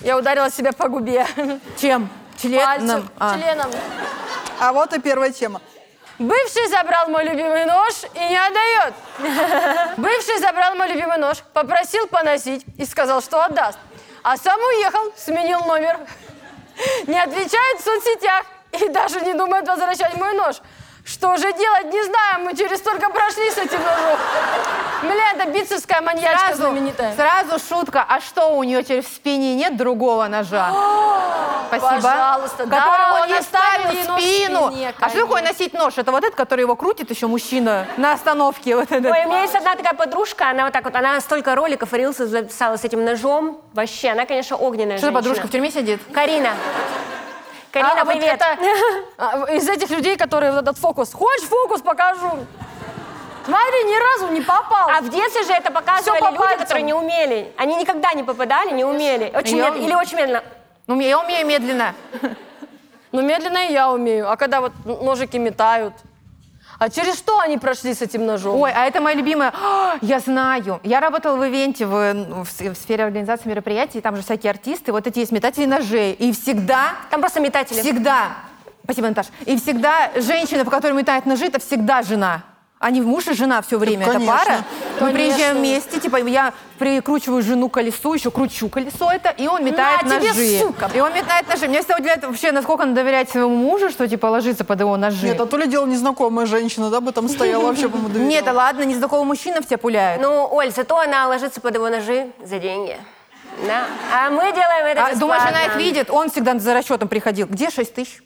Я ударила себя по губе. Чем? Членом? Пальцем, А. членом. А вот и первая тема. Бывший забрал мой любимый нож и не отдает. Бывший забрал мой любимый нож, попросил поносить и сказал, что отдаст. А сам уехал, сменил номер. Не отвечает в соцсетях и даже не думает возвращать мой нож. Что же делать, не знаю, мы через столько прошли с этим ножом. Бля, это бицепская маньячка знаменитая. сразу шутка. А что у нее через в спине нет другого ножа? Спасибо. пожалуйста, да, Который он он не оставил вставил ей в нож в спину. спине, а что такое конечно. носить нож? Это вот этот, который его крутит еще мужчина на остановке. Вот этот. Ой, у меня есть одна такая подружка, она вот так вот, она столько роликов и рилсов записала с этим ножом. Вообще, она, конечно, огненная Что за женщина. подружка в тюрьме сидит? Карина. Карина, А, вот привет. это, а, из этих людей, которые вот этот фокус. Хочешь фокус, покажу. Смотри, ни разу не попал. А в детстве же это показывали Всё по люди, пальцам. которые не умели. Они никогда не попадали, не умели. Очень Я- мед- Или очень медленно. Ну, я умею медленно. Ну, медленно и я умею. А когда вот ножики метают. А через что они прошли с этим ножом? Ой, а это моя любимая. А, я знаю. Я работала в ивенте, в, э, в с- в сфере организации мероприятий, там же всякие артисты, вот эти есть метатели ножей. И всегда Там просто метатели. Всегда. Спасибо, Наташ. И всегда женщина, по которой метает ножи, это всегда жена. Они в муж и жена все время. это конечно. пара. Мы Конечно. приезжаем вместе, типа я прикручиваю жену к колесу, еще кручу колесо это, и он метает На тебе, ножи. сука! И он метает ножи. Меня всегда удивляет вообще, насколько он доверяет своему мужу, что типа ложится под его ножи. Нет, а то ли дело незнакомая женщина, да, бы там стояла вообще, по-моему, доверяла. Нет, да ладно, незнакомый мужчина в тебя пуляет. Ну, Оль, зато она ложится под его ножи за деньги. Да. А мы делаем это а, думаешь, она их бесплатно. видит? Он всегда за расчетом приходил. Где 6 тысяч?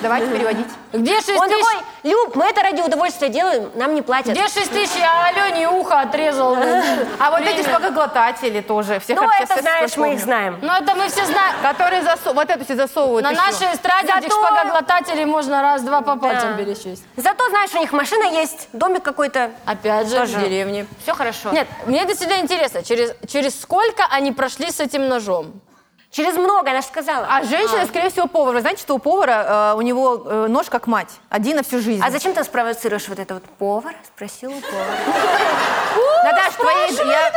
Давайте переводить. Где 6 Он тысяч? такой, Люб, мы это ради удовольствия делаем, нам не платят. Где 6 тысяч? Я Алене ухо отрезал. Ну, А вот эти шпагоглотатели тоже. Всех Ну, от- всех- это всех знаешь, мы вспомню. их знаем. Ну, это мы все знаем. Которые засу... вот эту все засовывают. На ты что? нашей эстраде этих Зато- шпагоглотателей можно раз-два по пальцам Да. перечесть. Зато, знаешь, у них машина есть, домик какой-то. Опять же, Тоже. в деревне. Все хорошо. Нет, мне действительно интересно, через, через сколько они прошли с этим ножом? Через много, она же сказала. А, А женщина, скорее всего, повар. Вы знаете, что у повара э, у него э, нож как мать. Один на всю жизнь. А зачем ты спровоцируешь вот это вот? Повар? Спросила у повара. Наташа, твоей же- я,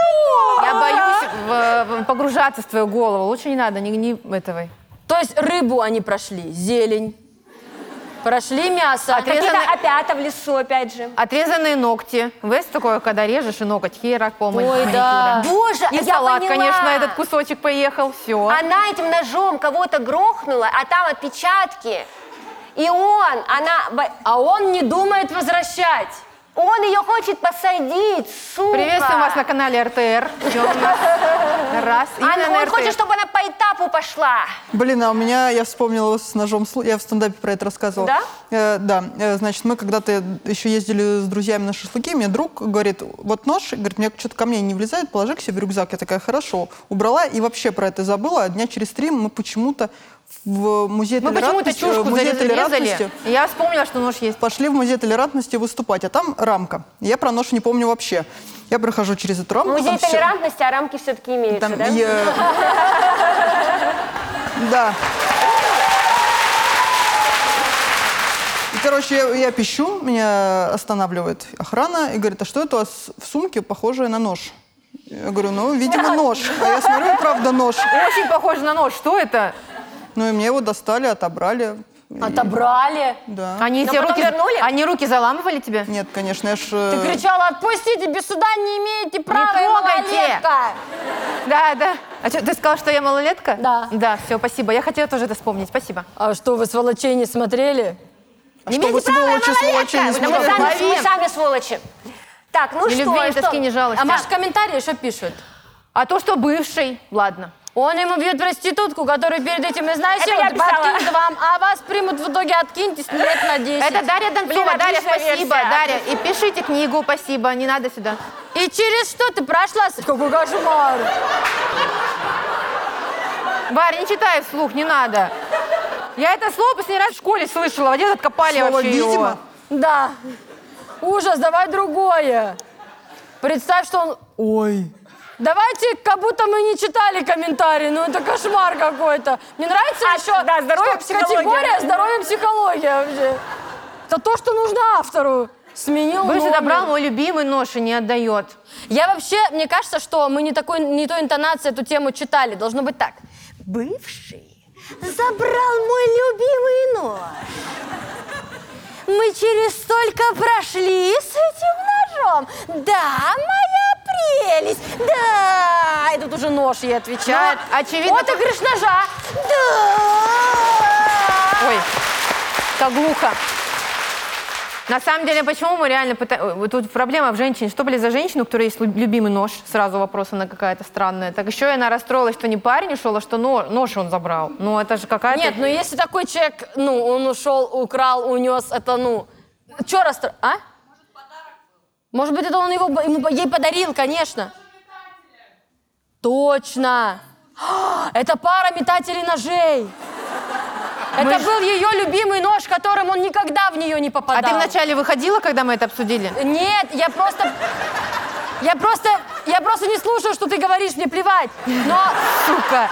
я боюсь в- в- погружаться в твою голову. Лучше не надо, не, не этого. То есть рыбу они прошли, зелень, прошли мясо. Отрезанные- Какие-то опята в лесу, опять же. Отрезанные ногти. Вест такое, когда режешь и ноготь. Херак, полмань. Ой, да. Боже, И я салат, поняла. конечно, этот кусочек поехал. Все. Она этим ножом кого-то грохнула, а там отпечатки. И он, она... бо- А он не думает возвращать. Он ее хочет посадить, сука. Приветствуем вас на канале РТР. Всё у нас. Раз. Она- Именно на он РТР. хочет, чтобы она по этапу пошла. Блин, а у меня, я вспомнила с ножом, сл- я в стендапе про это рассказывала. Да? Э, да, Э, значит, мы когда-то еще ездили с друзьями на шашлыки, мне друг говорит, вот нож, говорит, мне что-то ко мне не влезает, положи к себе в рюкзак. Я такая, хорошо, убрала и вообще про это забыла. А дня через три мы почему-то в музей Мы почему-то толерантности, э, чушку в музей зарезали. толерантности резали. Я вспомнила, что нож есть. пошли в музей толерантности выступать, а там рамка. Я про нож не помню вообще. Я прохожу через эту рамку. Музей там всё. толерантности, а рамки все-таки имеются, Там да? я- Да. И, Короче, я, я пищу, меня останавливает охрана и говорит, а что это у вас в сумке, похожее на нож? Я говорю, ну, видимо, нож. А я смотрю, и правда нож. Очень похоже на нож. Что это? Ну и мне его достали, отобрали. И- Отобрали. Да. Они Но тебе потом руки... вернули? Они руки заламывали тебе? Нет, конечно, я ж... Ты э, кричала, отпустите, без суда не имеете права, я трогайте!» малолетка. Да, да. А что, ты сказала, что я малолетка? Да. Да, все, спасибо. Я хотела тоже это вспомнить. Спасибо. А что, вы сволочей не смотрели? а что вы сволочи, сволочи, не Мы смотрели? сами- Половин. мы сами сволочи. Так, ну Не что, любви, не что? тоски, не жалости. А Маш в комментарии что пишет? А то, что бывший, ладно. Он ему бьет проститутку, которую перед этим я изнасилует, писала. подкинет вам, а вас примут в итоге, откиньтесь лет на 10. Это Дарья Донцова. Блин, Дарья, отличная спасибо. версия. Дарья, и пишите книгу, спасибо. Не надо сюда. И через что ты прошла? с- Какой кошмар. Варя, не читай вслух, не надо. Я это слово последний раз в школе слышала. Где откопали Слово вообще его? «видимо». Да. Ужас, давай другое. Представь, что он... Ой. Давайте, как будто мы не читали комментарии. Ну, это кошмар какой-то. Мне нравится еще... А, да, здоровье, что психология. Категория здоровье, психология вообще. Это то, что нужно автору. сменил Бывший номер. забрал мой любимый нож и не отдает. Я вообще, мне кажется, что мы не такой, не той интонацией эту тему читали. Должно быть так. Бывший забрал мой любимый нож. Мы через столько прошли с этим ножом. Да, моя прелесть. Да. И тут уже нож ей отвечает. Ну, очевидно, Вот игрыш ножа. Да. Ой, Как глухо. на самом деле, почему мы реально пыта- Ой, вот Тут проблема в женщине. Что, были за женщину, у которой есть лю- любимый нож? Сразу вопрос, она какая-то странная. Так еще и она расстроилась, что не парень ушел, а что но- нож он забрал. Ну, это же какая-то... Нет, ну если такой человек, ну, он ушел, украл, унес, это, ну, чё расстро... А? Может, быть, это он его, бо- ему, бо- ей подарил, конечно. Точно. А, Это пара метателей ножей. Это был ее любимый нож, которым он никогда в нее не а попадал. ты вначале выходила, когда мы это обсудили? Нет, я просто... Я просто... Я просто не слушаю, что ты говоришь, мне плевать. Но... Сука.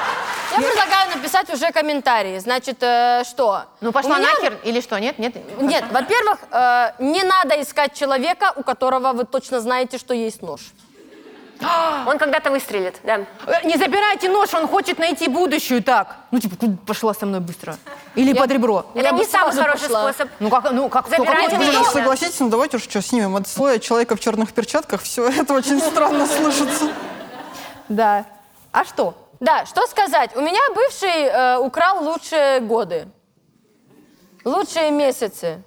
Я предлагаю написать уже комментарии. Значит, э, что? Ну, пошла У меня- нахер или что? Нет, нет? Нет, во-первых, э, не надо искать человека, у которого вы точно знаете, что есть нож. Он когда-то выстрелит, да. Э, Не забирайте нож, он хочет найти будущую так. Ну, типа, куда пошла со мной быстро. Или под ребро. Я Это бы не самый сразу хороший пошла. способ. Ну, как, ну, как, кто- Забирайте какой ты? нож. Вы же Конечно. согласитесь, ну давайте уже что, снимем от слоя человека в черных перчатках. Все это очень странно слышится. Да. А что? Да, что сказать? У меня бывший э, украл лучшие годы. Лучшие месяцы.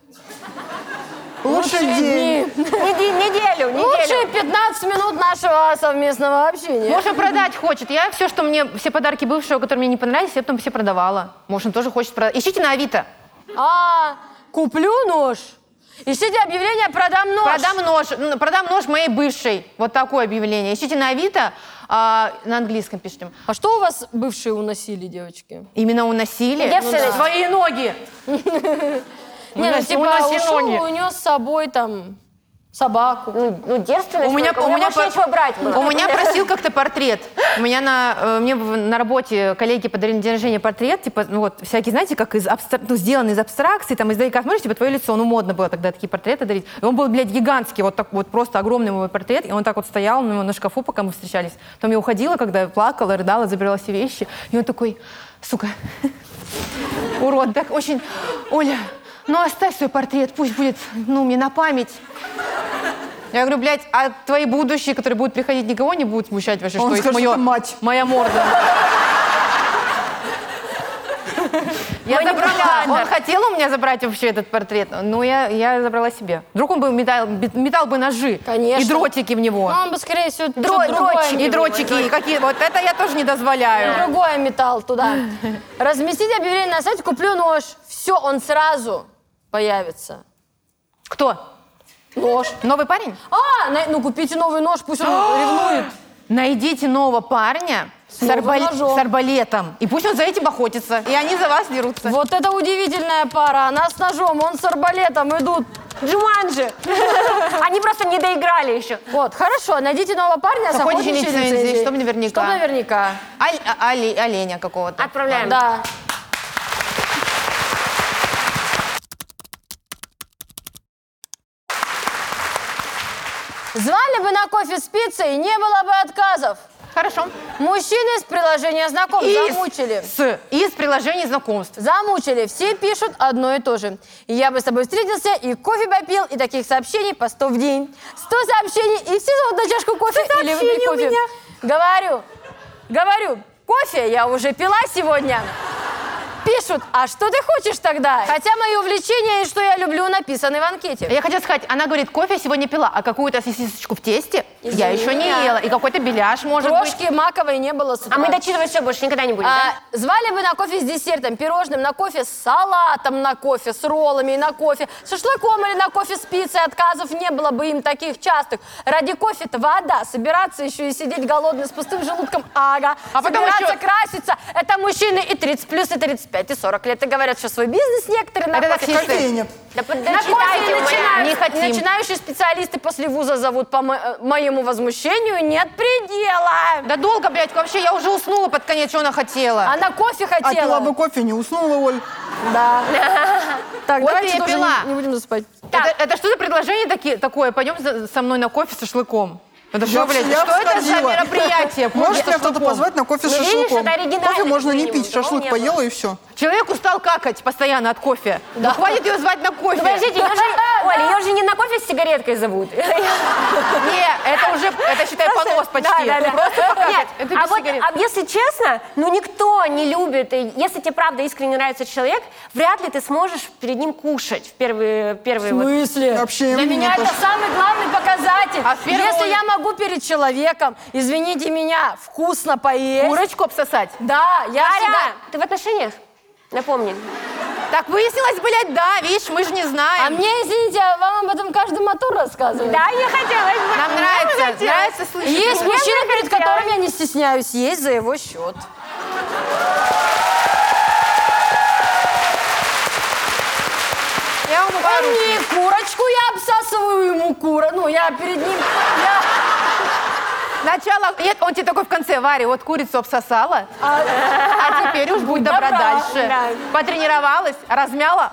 Лучший день. Неделю, неделю. Лучшие 15 минут нашего совместного общения. Может, продать хочет. Я все, что мне, все подарки бывшего, которые мне не понравились, я потом все продавала. Может, он тоже хочет продать. Ищите на Авито. А, куплю нож. Ищите объявление «Продам нож». Продам нож, м, продам нож моей бывшей. Вот такое объявление. Ищите на Авито, а, на английском пишите. А что у вас бывшие уносили, девочки? Именно уносили Девственность. свои ноги. Не, ну Уноси- типа уноси ушел, ноги. унес с собой там собаку. Ну, ну, девственность. У меня, только. у меня больше пор- нечего брать было. у меня просил как-то портрет. У меня на, э, мне в- на работе коллеги подарили на день рождения портрет, типа, ну вот, всякие, знаете, как из абстра- ну, сделан из абстракции, там, из как смотришь, типа, твое лицо, ну, модно было тогда такие портреты дарить. И он был, блядь, гигантский, вот так вот, просто огромный мой портрет, и он так вот стоял ну, на шкафу, пока мы встречались. Потом я уходила, когда плакала, рыдала, забирала все вещи, и он такой, сука, урод, так очень, Оля, ну, оставь свой портрет, пусть будет, ну, мне на память. Я говорю, блядь, а твои будущие, которые будут приходить, никого не будут смущать вообще, Он что скажет, их моё- «Ты мать». моя морда? Я забрала. Он хотел у меня забрать вообще этот портрет, но я, я забрала себе. Вдруг он бы метал, бит- метал бы ножи Конечно. и дротики в него. Ну, он бы, скорее всего, Дро- что-то другое дротики. И метал. дротики, и какие. Вот это я тоже не дозволяю. Другое металл туда. Разместить объявление на сайте, куплю нож. Все, он сразу появится. Кто? Нож. Новый парень? А, на- ну купите новый нож, пусть он ревнует. Найдите нового парня с, новым арбал- ножом. с арбалетом. И пусть он за этим охотится. И они за вас дерутся. Вот это удивительная пара. Она с ножом, он с арбалетом идут. Джуманджи. Они просто не доиграли еще. Вот, хорошо, найдите нового парня с Охотничьей охотничьей лицензией, лицензией. чтоб наверняка. Чтоб наверняка. Аль- а- оле- оленя какого-то. Отправляем. Да. Звали бы на кофе с пиццей, не было бы отказов. Хорошо. Мужчины из приложения знаком Из- замучили. С. Из приложения знакомств. Замучили, все пишут одно и то же. Я бы с тобой встретился и кофе попил, и таких сообщений по 100 в день. 100 сообщений, и все зовут на чашку кофе или выпить сообщений у кофе. меня. Говорю, говорю, кофе я уже пила сегодня. Пишут, а что ты хочешь тогда? Хотя мои увлечения и что я люблю написаны в анкете. Я хотела сказать, она говорит, кофе я сегодня пила, а какую-то сосисочку в тесте Извини я еще не меня. ела. И какой-то беляш может быть. Крошки маковой не было с утра. А мы дочитывать все больше никогда не будем, А, да? звали бы на кофе с десертом, пирожным, на кофе с салатом, на кофе с роллами, на кофе с шашлыком или на кофе с пиццей. Отказов не было бы им таких частых. Ради кофе-то вода. Собираться еще и сидеть голодный с пустым желудком. Ага. А потом Собираться еще- краситься. Это мужчины и 30 плюс, и 35, и 40 лет. И говорят, что свой бизнес некоторые на Это кофе. таксисты. Кофейня. Да под- На дочитайте кофе у меня. начинают- Не хотим. начинающие специалисты после вуза зовут по мо- э, моему возмущению нет предела. Да долго, блядь, вообще я уже уснула под конец, что она хотела. Она кофе А хотела. пила бы кофе, не уснула, Оль. Да. Так, Вот давайте я и тоже пила. не, не будем засыпать. Это, это что за предложение таки- такое? Пойдем за- со мной на кофе с шашлыком. Это Я что, б- блядь, я б что это за сходила. мероприятие? Кофе с Может меня кто-то шашлыком? позвать на кофе с Ну, видишь, шашлыком? это оригинально Кофе можно не как минимум, пить, такого шашлык не было. поела и все. Человек устал какать постоянно от кофе. Ну хватит ее звать на кофе. Подождите, ее же, Оля, ее же не на кофе с сигареткой зовут. Не, это уже, это считай понос почти. Да, да, да. Просто покакать. Нет, Это а без вот, сигарет. а если честно, ну никто не любит, и если тебе правда искренне нравится человек, вряд ли ты сможешь перед ним кушать в первые, первые вот смысле? Вообще, Для мне меня это тоже. самый главный показатель. А с первого- Если я могу перед человеком, извините меня, вкусно поесть. Курочку обсосать. Да, я всегда... Аля, ты в отношениях? Напомни. Так выяснилось, блядь, да, видишь, мы же не А знаем. мне, извините, а вам об этом каждый мотор рассказывает. Да, я хотелось бы. Нам нравится, нравится слышать. Есть Мне мужчины, перед захотелось. которым я не стесняюсь есть за его счет. Я умываю Он руки. мне и курочку, я обсасываю ему кура. Ну, я перед ним... я- Сначала, нет, он тебе такой в конце, Варя, вот курицу обсосала, а теперь уж будь добра добра, дальше. да. Потренировалась, размяла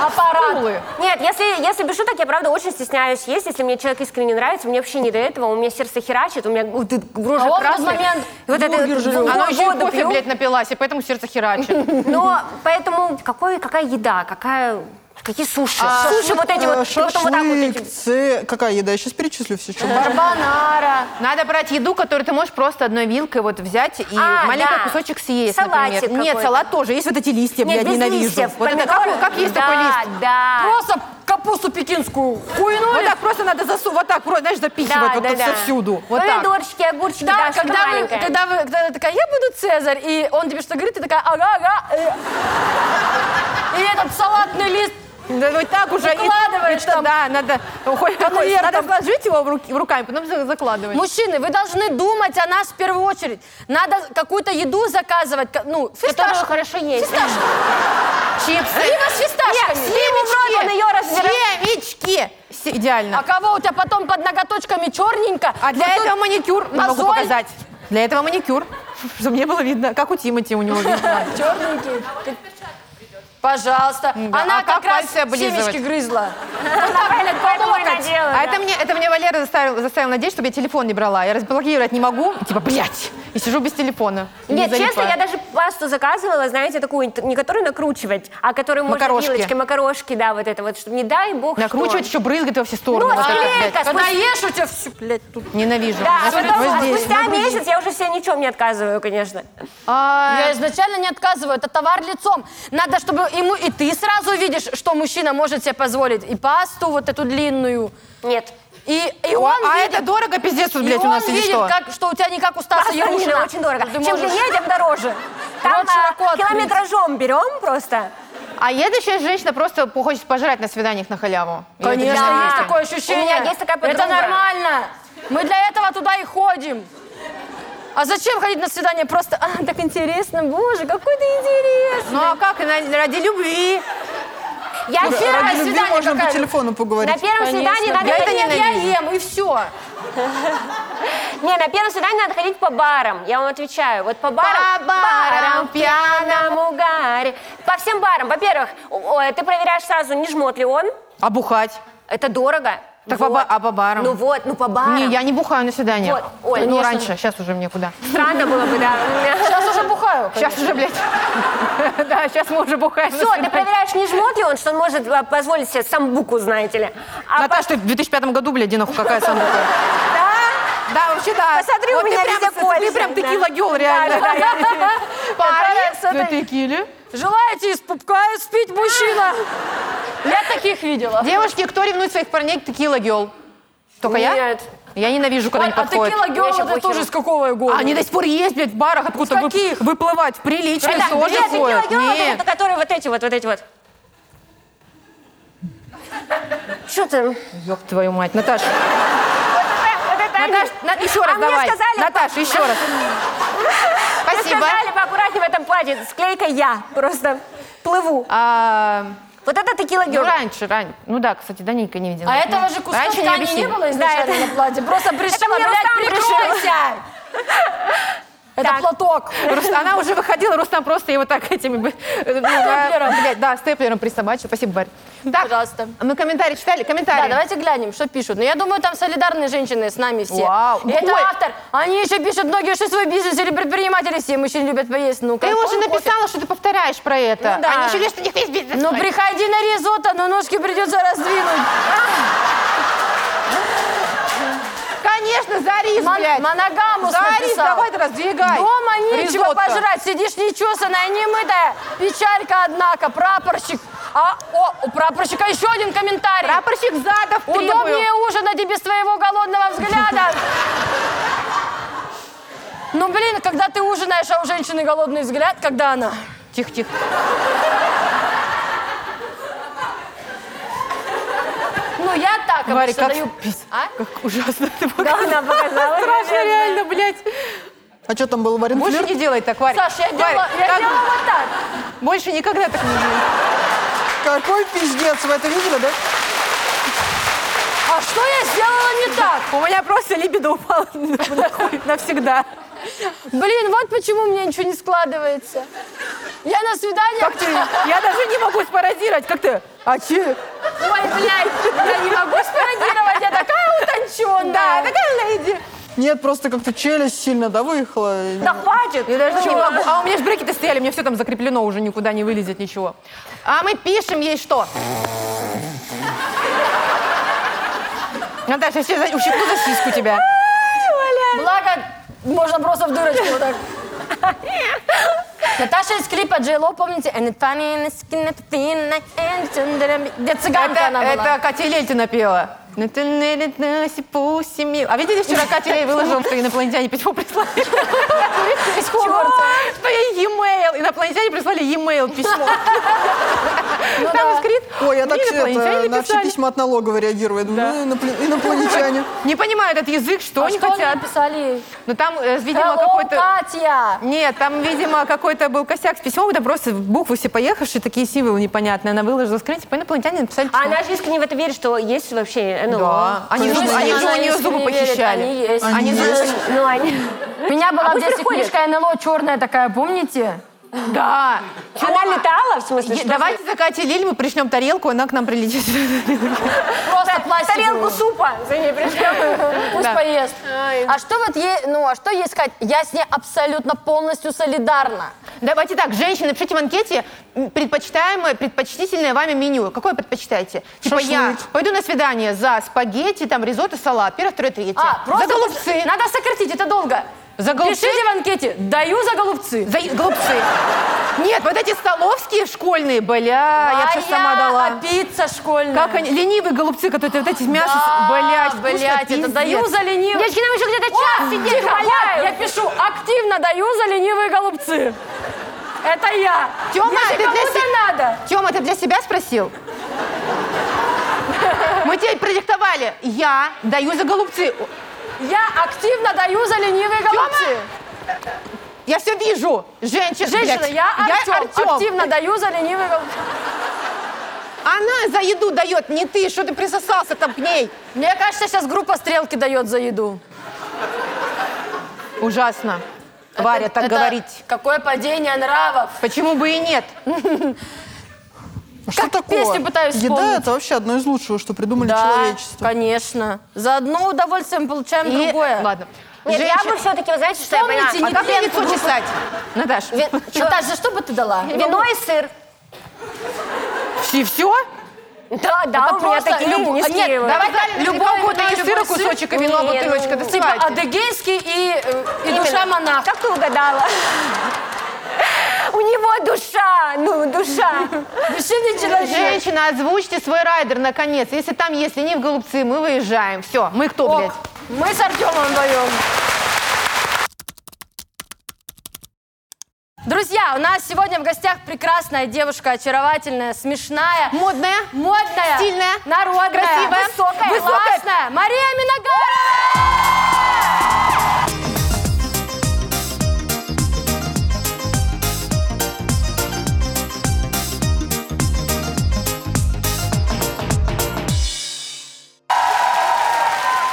аппарат. скулы. Нет, если, если без шуток, я правда очень стесняюсь есть. Если мне человек искренне нравится, мне вообще не до этого. У меня сердце херачит, у меня у, ты, рожа А он в красная. этот момент вот это, бургер жрет. воду Она еще и кофе, Ну, пью. блядь, напилась, и поэтому сердце херачит. Но поэтому какой, какая еда, какая, какие суши? А, суши вот эти вот, э, и потом вот так вот Э, Шашлык, эти. ц- Какая еда? Я сейчас перечислю все, что Карбонара. Надо брать еду, которую ты можешь просто одной вилкой вот взять и А, маленький да. кусочек съесть, Салатик например. Нет, какой-то. салат тоже. Есть вот эти листья, Нет, блядь, без ненавижу. листьев, вот это помидоры. как, как есть да, такой лист? Да, Просто капусту пекинскую Вот хуйнули. так просто надо засу, вот так, вроде, знаешь, запихивать Да, вот да, тут да. Ну, всюду. Вот так. Помидорчики, огурчики, Да, да, что-то когда, вы, маленькое. когда вы когда ты такая, я буду Цезарь, и он тебе что говорит, ты такая, ага, ага. э». И этот салатный лист, Да, вот так уже. и- Укладываешь и- там Да, надо, ой, ой, конвертом. надо вложить его в руки, в руками, потом за- закладывать. Мужчины, вы должны думать о нас в первую очередь. Надо какую-то еду заказывать, ка- ну, Которую фисташку. хорошо есть. чипсы. Либо с фисташками. Нет, сливу в рот, он ее разбирает. Семечки. С- Идеально. А кого у тебя потом под ноготочками черненько? А для вот тут этого маникюр не могу мозоль. показать. Для этого маникюр, чтобы не было видно, как у Тимати у него видно. Черненький. Пожалуйста. М-да. Она А как, как раз пальцы облизывать? семечки грызла. Правильно, поэтому и локоть. надела, А да. это мне, это мне Валера заставил, заставил надеть, чтобы я телефон не брала. Я разблокировать не могу, типа, блядь, и сижу без телефона. Не Нет, честно, залипаю. я даже пасту заказывала, знаете, такую, не которую накручивать, а которую можно Макарошки. вилочкой, макарошки, да, вот это вот, чтобы не дай бог Накручивать еще что. брызгать во все стороны. Ну, вот это, скорее, блядь. как- Когда Спусти- ешь, у тебя все, блядь, тут. Ненавижу. Да, а Значит, потом, вот а здесь. спустя месяц я уже себе ни в чем не отказываю, конечно. А, Я изначально не отказываю, это товар лицом. Надо, чтобы ему и ты сразу видишь, что мужчина может себе позволить. И пасту вот эту длинную. Нет. И, и О, он а видит, это дорого, пиздец, тут, и блядь, у он нас или видит, что? Как, что у тебя не как у Стаса Паста длинная Ярушина. очень дорого. Ты Чем можешь- длиннее, тем дороже. Там Рот широко а, открыть. километражом берем просто. А едущая женщина просто по- хочет пожрать на свиданиях на халяву. И это Конечно, для Да. есть меня- такое ощущение. У меня есть такая Это подруга. нормально. Мы для этого туда и ходим. А зачем ходить на свидание? Просто, а, так интересно, боже, какой ты интересный. Ну а как, и на- ради любви. Я Ради первое первое Ради любви свидание можно по какая-то. телефону поговорить. На первом свидании надо Я это ходить- Нет, я ненавижу. ем, и все. Не, на первом свидании надо ходить по барам. Я вам отвечаю. Вот по барам. По барам, пьяному гаре. По всем барам. Во-первых, о- о, ты проверяешь сразу, не жмот ли он. А бухать? Это дорого. Так по ба- а по барам? Ну вот, ну по барам. Не, я не бухаю на свиданиях. Вот, Оль, ну конечно. раньше, сейчас уже мне куда. Странно было бы, да. Сейчас уже бухаю. Сейчас уже, блядь. Да, сейчас мы уже бухаем. на Все, ты свиданиях. проверяешь, не жмот ли он, что он может а, позволить себе самбуку, знаете ли. А по- Наташа, ты в 2005 году, блядь, иди нахуй, какая самая. Да, вообще да. Посмотри, у Вот ты меня прям- везде Ты кольца, прям да. текила гел, Да, да, реально. да. Парни, Которая с на этой- текиле. Желаете из пупка спить мужчина? Я таких видела. Девушки, кто ревнует своих парней к текила гел? Только я? Нет. Я ненавижу, когда Оль, они а подходят. текила Я Герл, ещё это похеру. тоже с какого года? А, Они до сих пор есть, блядь, в барах откуда-то вып- каких? выплывать. Приличные Это- тоже Э, Нет, текила ходят. Герл, Нет. это которые вот эти вот, вот эти вот. Что ты? Ёб твою мать. Наташа, Наташ, на- еще раз а давай. Мне сказали, Наташа, еще раз. мне Спасибо. сказали поаккуратнее в этом платье. Склейка я просто плыву. А, Вот это текила ну, Герл. раньше, раньше. Ну да, кстати, Даника не видела. А этого же куска Раньше не ткани не объяснили. было изначально Да, это- на платье. Просто пришла, мне блядь, Рустам пришил». прикройся. Это Так. платок. Рус- Она уже выходила, Рустам просто его так этими... бы- э, ну, Степлером. а, блядь, Да, степлером присобачил. Спасибо, Барь. Так, Пожалуйста. мы комментарии читали? Да, Комментарии. давайте глянем, что пишут. Ну, я думаю, там солидарные женщины с нами все. Вау. И Это Ой. автор. Они еще пишут, многие что свой бизнес или предприниматели все мужчины любят поесть. Ну, Ты какой уже кофе? написала, что ты повторяешь про это. Ну да. Они еще говорят, что у них есть бизнес. Ну, приходи на ризотто, но ножки придется раздвинуть. Конечно, Зарис, Мон- блядь. моногамус Зарис, написал. давай ты раздвигай. Дома нечего Ризотто. пожрать, сидишь нечесанная, немытая. Печалька, однако, прапорщик. А, о, у прапорщика еще один комментарий. Прапорщик задов требую. Удобнее ужинать и без твоего голодного взгляда. Ну, блин, когда ты ужинаешь, а у женщины голодный взгляд, когда она... Тихо-тихо. Ну, я так Варя, обычно как даю... пиз- А? Как ужасно ты Она показала. Страшно наверное. реально, блядь. А что там было, Варин Больше флирт? не делай так, Варя. Саша, я делала, Варя, я как- делала вот так. Больше никогда так не делай. Какой пиздец, вы это видели, да? А что я сделала не так? У меня просто либидо упало нахуй навсегда. Блин, вот почему у меня ничего не складывается. Я на свиданиях... Как ты? Я даже не могу спародировать. Как ты? А че? Ой, блядь, я не могу спародировать, я такая утонченная. Да, такая леди. Нет, просто как-то челюсть сильно, да, выехала. Да хватит! Я даже не Ну, могу. А у меня же брекеты стояли, мне все там закреплено, уже никуда не вылезет ничего. А мы пишем ей что? Наташа, все за- ущипну за сиську тебя. Благо, можно просто в дырочку вот так. Наташа из клипа Джей Ло, помните? And it's funny, and it's kinda thin, and it's under the- Где цыганка Это, она была. это Катя Лельтина пела. Ну ты не летайся, пусть и мил. А видите, вчера Катя Лель выложила, что инопланетяне письмо прислали. Из Хогвартса. Чё? Что я e-mail. Инопланетяне прислали e-mail письмо. Ну да. Там скрит. Ой, я так «Мне это, инопланетяне на все написали». письма от налоговой реагирую. Я думаю, ну, инопл- инопланетяне. Не понимаю этот язык, что А они что они хотят. написали ей? Ну там, э, видимо, Hello, какой-то... А Катя! Нет, там, видимо, какой-то был косяк с письмом, там просто буквы все поехавшие, такие символы непонятные. Она выложила скрин, типа инопланетяне написали А письмо. она же искренне в это верит, что есть вообще э, ну, НЛО. Да. Они, В же, смысле, они же она у нее искренне зубы верит, похищали. А Они есть. Они есть. Ну, они... У меня была в детстве приходят. книжка НЛО черная такая, помните? Да. Она летала, в смысле? Е- что Давайте за Катей Лиль мы пришлем тарелку, она к нам прилетит. Просто за- Тарелку пластиковую. супа за ней пришлем. Пусть Да. поест. А что вот ей, ну, а что ей сказать? Я с ней абсолютно полностью солидарна. Давайте так, женщины, напишите в анкете м, предпочитаемое, предпочтительное вами меню. Какое предпочитаете? Типа я Шашлык. пойду на свидание за спагетти, там ризотто, салат, первое, второе, третье. А, просто за голубцы. Надо сократить, это долго. За голубцы? Пишите в анкете, даю за голубцы. За голубцы. Нет, вот эти столовские школьные, бля, я бы А сейчас сама дала. А пицца школьная. Как они, ленивые голубцы, которые вот эти мясо, с- блядь, вкусно, блядь, это Ну пиздец. даю за ленивые. Девочки, нам еще где-то час сидеть, тихо, умоляю. Влад, я пишу, активно даю за ленивые голубцы. Это я. Тёма, Если ты для кому-то се- надо. Тёма, ты для себя спросил? Мы тебе продиктовали. Я даю за голубцы. Я активно даю за ленивые голубцы. Я все вижу. Женщина, Женщина, блядь. я Артем. Артём. Активно даю за ленивые голубцы. Она за еду дает, не ты. Что ты присосался там к ней? Мне кажется, сейчас группа стрелки дает за еду. Ужасно. Варя, так Это говорить. Какое падение нравов. Почему бы и нет? А Что такое? песню пытаюсь Еда вспомнить. это вообще одно из лучшего, что придумали человечество. конечно. За одно удовольствие мы получаем И- другое. Ладно. Нет, Женщина- я бы все-таки, вы знаете, что я Помните, поняла? не А как мне Петренко лицо группа- чесать? Наташ, Вин- Наташа, что бы ты дала? Вино и сыр. и все? Да, да, у меня просто такие люди любо- не А, нет, склеивают. давай Давай так, любого любой вино, кота и любой сыра, сыр. кусочек и вино, Не, ну, бутылочка. типа Типа Доставайте. адыгейский и, э, и Именно. душа монаха. Как ты угадала? У него душа, ну, душа. Мужчина и человек. Женщина, озвучьте свой райдер, наконец. Если там есть, если не в голубцы, мы выезжаем. Все, мы кто, Ок. блядь? Мы с Артемом даем. Друзья, у нас сегодня в гостях прекрасная девушка, очаровательная, смешная, Модная? модная, Стильная. народная, Красивая. высокая, Высокая. классная Мария Миногарова!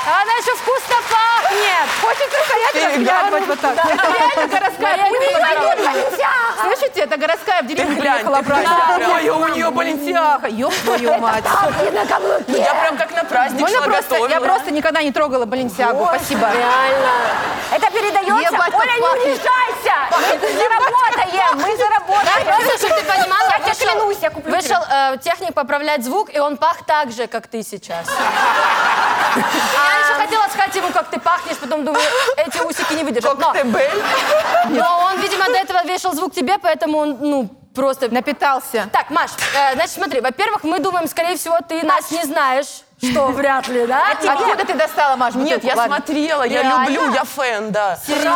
А Она еще вкусно пахнет! Хочется стоять и Перегаром давайте вот так. Реально городская Моя пуля любимая поехала. Слышите, это городская в деревню приехала брать. Ой, у нее Баленсиаха, ёб твою мать. Я прям как на праздник Можно шла, просто, я готовила. просто никогда не трогала Баленсиагу, спасибо. Реально. Это передается. Ебать, как Оля, не пахнет. унижайся. Мы заработаем. Мы заработаем. Просто, чтобы ты понимала, Я тебе вышел- клянусь, я куплю Вышел э, техник поправлять звук, и он пах так же, как ты сейчас. А Я еще хотела сказать ему, как ты пахнешь, потом думаю, эти усики не выдержат. Но, Коктебель. но он, видимо, до этого вешал звук тебе, поэтому он, ну, просто... Напитался. Так, Маш, э, значит, смотри, во-первых, мы думаем, скорее всего, ты нас не знаешь, что вряд ли, да? типа Откуда ты достала, Маш? Нет, бутылку? я Ладно. смотрела, я Реально? люблю, я фэн, да. Серьезно?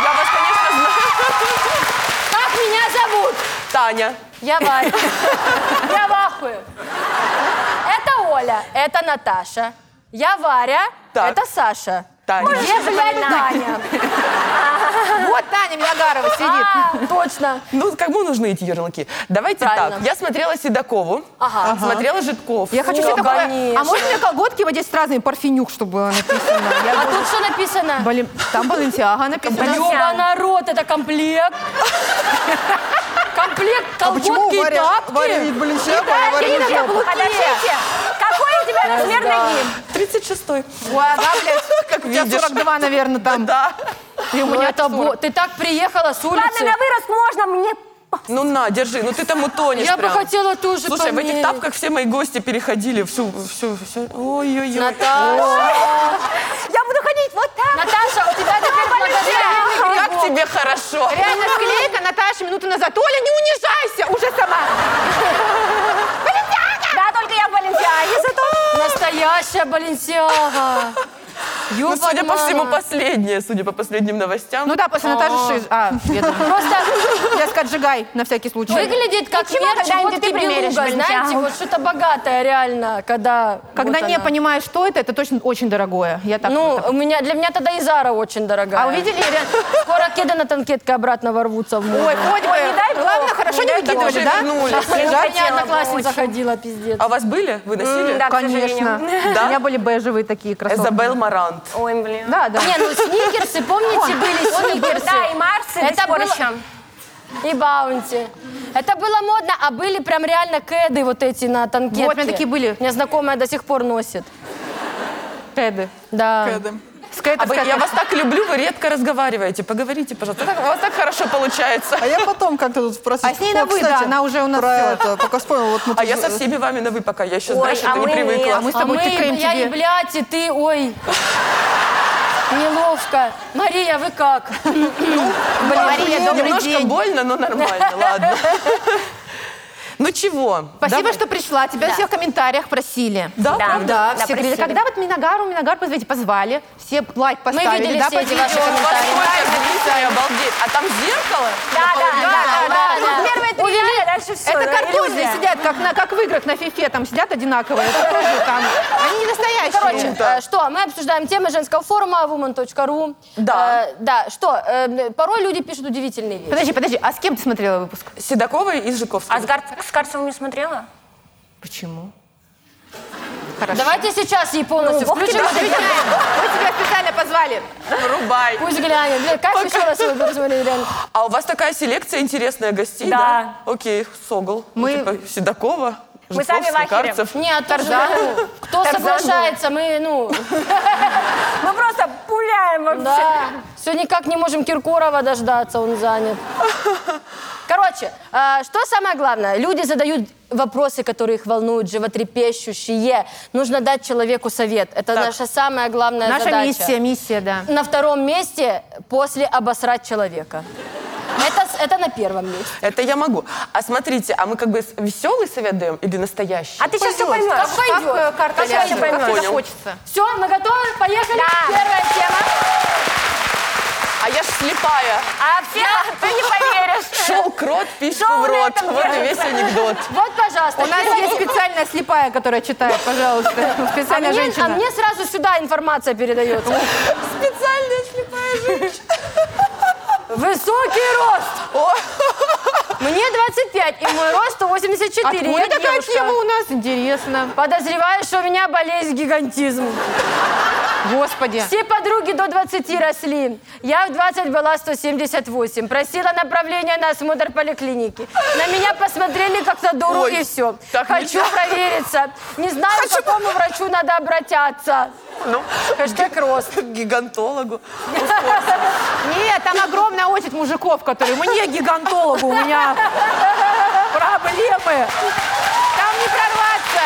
Я вас, конечно, знаю. Как меня зовут? Таня. Я в ахуе. Я в ахуе. Это Оля, это Наташа. Я Варя, Так. это Саша. Таня. Где, блядь, Таня? Вот Таня Миагарова сидит. А, точно. Ну, кому нужны эти ярлыки? Давайте Правильно. так. Я смотрела Седокову, Ага. смотрела Житков. А? Я хочу Ну, себе такое... конечно. А можно мне колготки вот здесь с разными? Парфенюк, чтобы написано. Я А тоже- тут что написано? Блин, там Баленсиага написано. Ёба народ, это комплект. Комплект А почему колготки и Варя, Варя тапки. ведь Баленсиага, а Варя Варенье не на каблуке. Подождите. Какой у тебя размер ноги? 36-й. Ой, а да, блядь, Как у тебя видишь. 42, наверное, там. Да. Ты у Ну, меня это 40. бо- Ты так приехала с Ладно, улицы. на вырост можно. Мне Ну на, держи, ну ты там утонешь Я бы прям. хотела тоже Слушай, в этих померить. тапках все мои гости переходили, всю, всю, всю. Ой-ой-ой. Наташа, Я буду ходить вот так. Наташа, у тебя теперь благодаря. Как тебе хорошо. Реально склейка, Наташа, минуту назад. Оля, не унижайся, уже сама. Да, только я в Валентиане зато. Настоящая Баленсиага. Ну, Ёба судя по мама. всему, последнее, судя по последним новостям. Ну да, после Наташи Шиз. А, я думала. Просто Я с Каджигай, на всякий случай. выглядит как Ничего, мерч когда-нибудь водки ты примеришь белуга, знаете, Баленсиагу. вот что-то богатое реально, когда... Когда вот не она. понимаешь, что это, это точно очень дорогое. Я так Ну, вот у меня, для меня тогда и Зара очень дорогая. А вы видели, Ре- Скоро кеды на танкетке обратно ворвутся в моду. Ой, хоть бы. не дай бог. Главное, хорошо не выкидывали, уже да? вернули. Сейчас У лежат. меня одноклассница ходила, пиздец. А у вас были? Вы носили? да. к Конечно. Да? У меня были бежевые такие кроссовки. Эзабель Марант. Ой, блин. Да, да. Не, ну сникерсы, помните, были сникерсы? Да, и Марсы до Это сих пор было- еще. И баунти. Это было модно, а были прям реально кеды вот эти на танкетке. Вот, у меня такие были. У меня знакомая до сих пор носит. Кеды. Да. Кэдом. А вы- Скейтерская. я вас так люблю, вы редко разговариваете. Поговорите, пожалуйста. Так- у вас так хорошо получается. А я потом как-то тут спросить. А с ней на О, вы, да, кстати, она уже у нас Про всё. это, пока вспомнила. Вот мы А тут я со же- всеми вами на «вы» пока. Я еще, Ой, знаешь, а это не мы привыкла. А мы с А тобой мы, тыкаем я и тебе. блядь, и ты, ой. Неловко. Мария, вы как? Ну, Мария, добрый Немножко день. больно, но нормально, ладно. Ну чего? Спасибо, давай. что пришла. Тебя все в комментариях просили. Да. Да, правда? Да, все просили. говорили, когда вот Миногару, Миногару, позвоните, позвали. Все лайк Мы поставили. видели да, все эти под ваши видео. комментарии. Посмотрите, Дмитрий, обалдеть. А там зеркало? Да, да, да, да. да, Ну, да. Первые три ряда, дальше все. Это картузы сидят, как, на, как в играх на фифе, там сидят одинаковые. Это тоже там. Они не настоящие. Короче, э, что, мы обсуждаем темы женского форума woman.ru. Да. Э, да, что, э, порой люди пишут удивительные вещи. Подожди, подожди, а с кем ты смотрела выпуск? Седокова и А Жиковская. с, Гар- с Карцевым не смотрела? Почему? Хорошо. Давайте сейчас ей полностью Ну, Бог включим. тебя вот эти- Мы тебя специально позвали. Рубай. Пусть глянет. Блин, Как еще раз его посмотрели, реально. А у вас такая селекция интересная гостей, Да. Окей, Согол. Мы- Мы... типа Седокова, Мы сами Житковский, в ахере. Карцев. Нет, Тарзан. Кто соглашается, мы, ну, Мы просто пуляем вообще. да. Все никак не можем Киркорова дождаться, он занят. Короче, э, что самое главное? Люди задают вопросы, которые их волнуют, животрепещущие. Нужно дать человеку совет. Это наша самая главная Э, Наша задача. миссия, миссия, да. На втором месте после обосрать человека. Это, с- это на первом месте. Это я могу. А смотрите, а мы как бы веселый совет даем или настоящий? А ты сейчас все поймешь. Как пойдет? Как э, карта Как ляжет, пойдет? как Понял. захочется. Все, мы готовы? Поехали. Да. Первая тема. А я ж слепая. А все, ты не поверишь. Шел крот, пищу Шел в рот. летом Вот и делать. весь анекдот. Вот, пожалуйста. У нас есть специальная слепая, которая читает, пожалуйста. а, Специальная мне, а женщина. мне сразу сюда информация передается. Специальная слепая женщина. Высокий рост. Мне 25, и мой рост 184. Я Откуда такая девушка. тема у нас? Интересно. Подозреваю, что у меня болезнь гигантизм. Господи. Все подруги до 20 росли. Я в 20 была 178. Просила направление на осмотр поликлиники. На меня посмотрели как на дуру Ой, и все. так Хочу нельзя. провериться. Не знаю, к какому врачу надо обратятся. Ну, Хэштег рост. к гигантологу. Нет, там огромная очередь мужиков, которые... Мне гигантологу, у меня проблемы. Там не прорваться.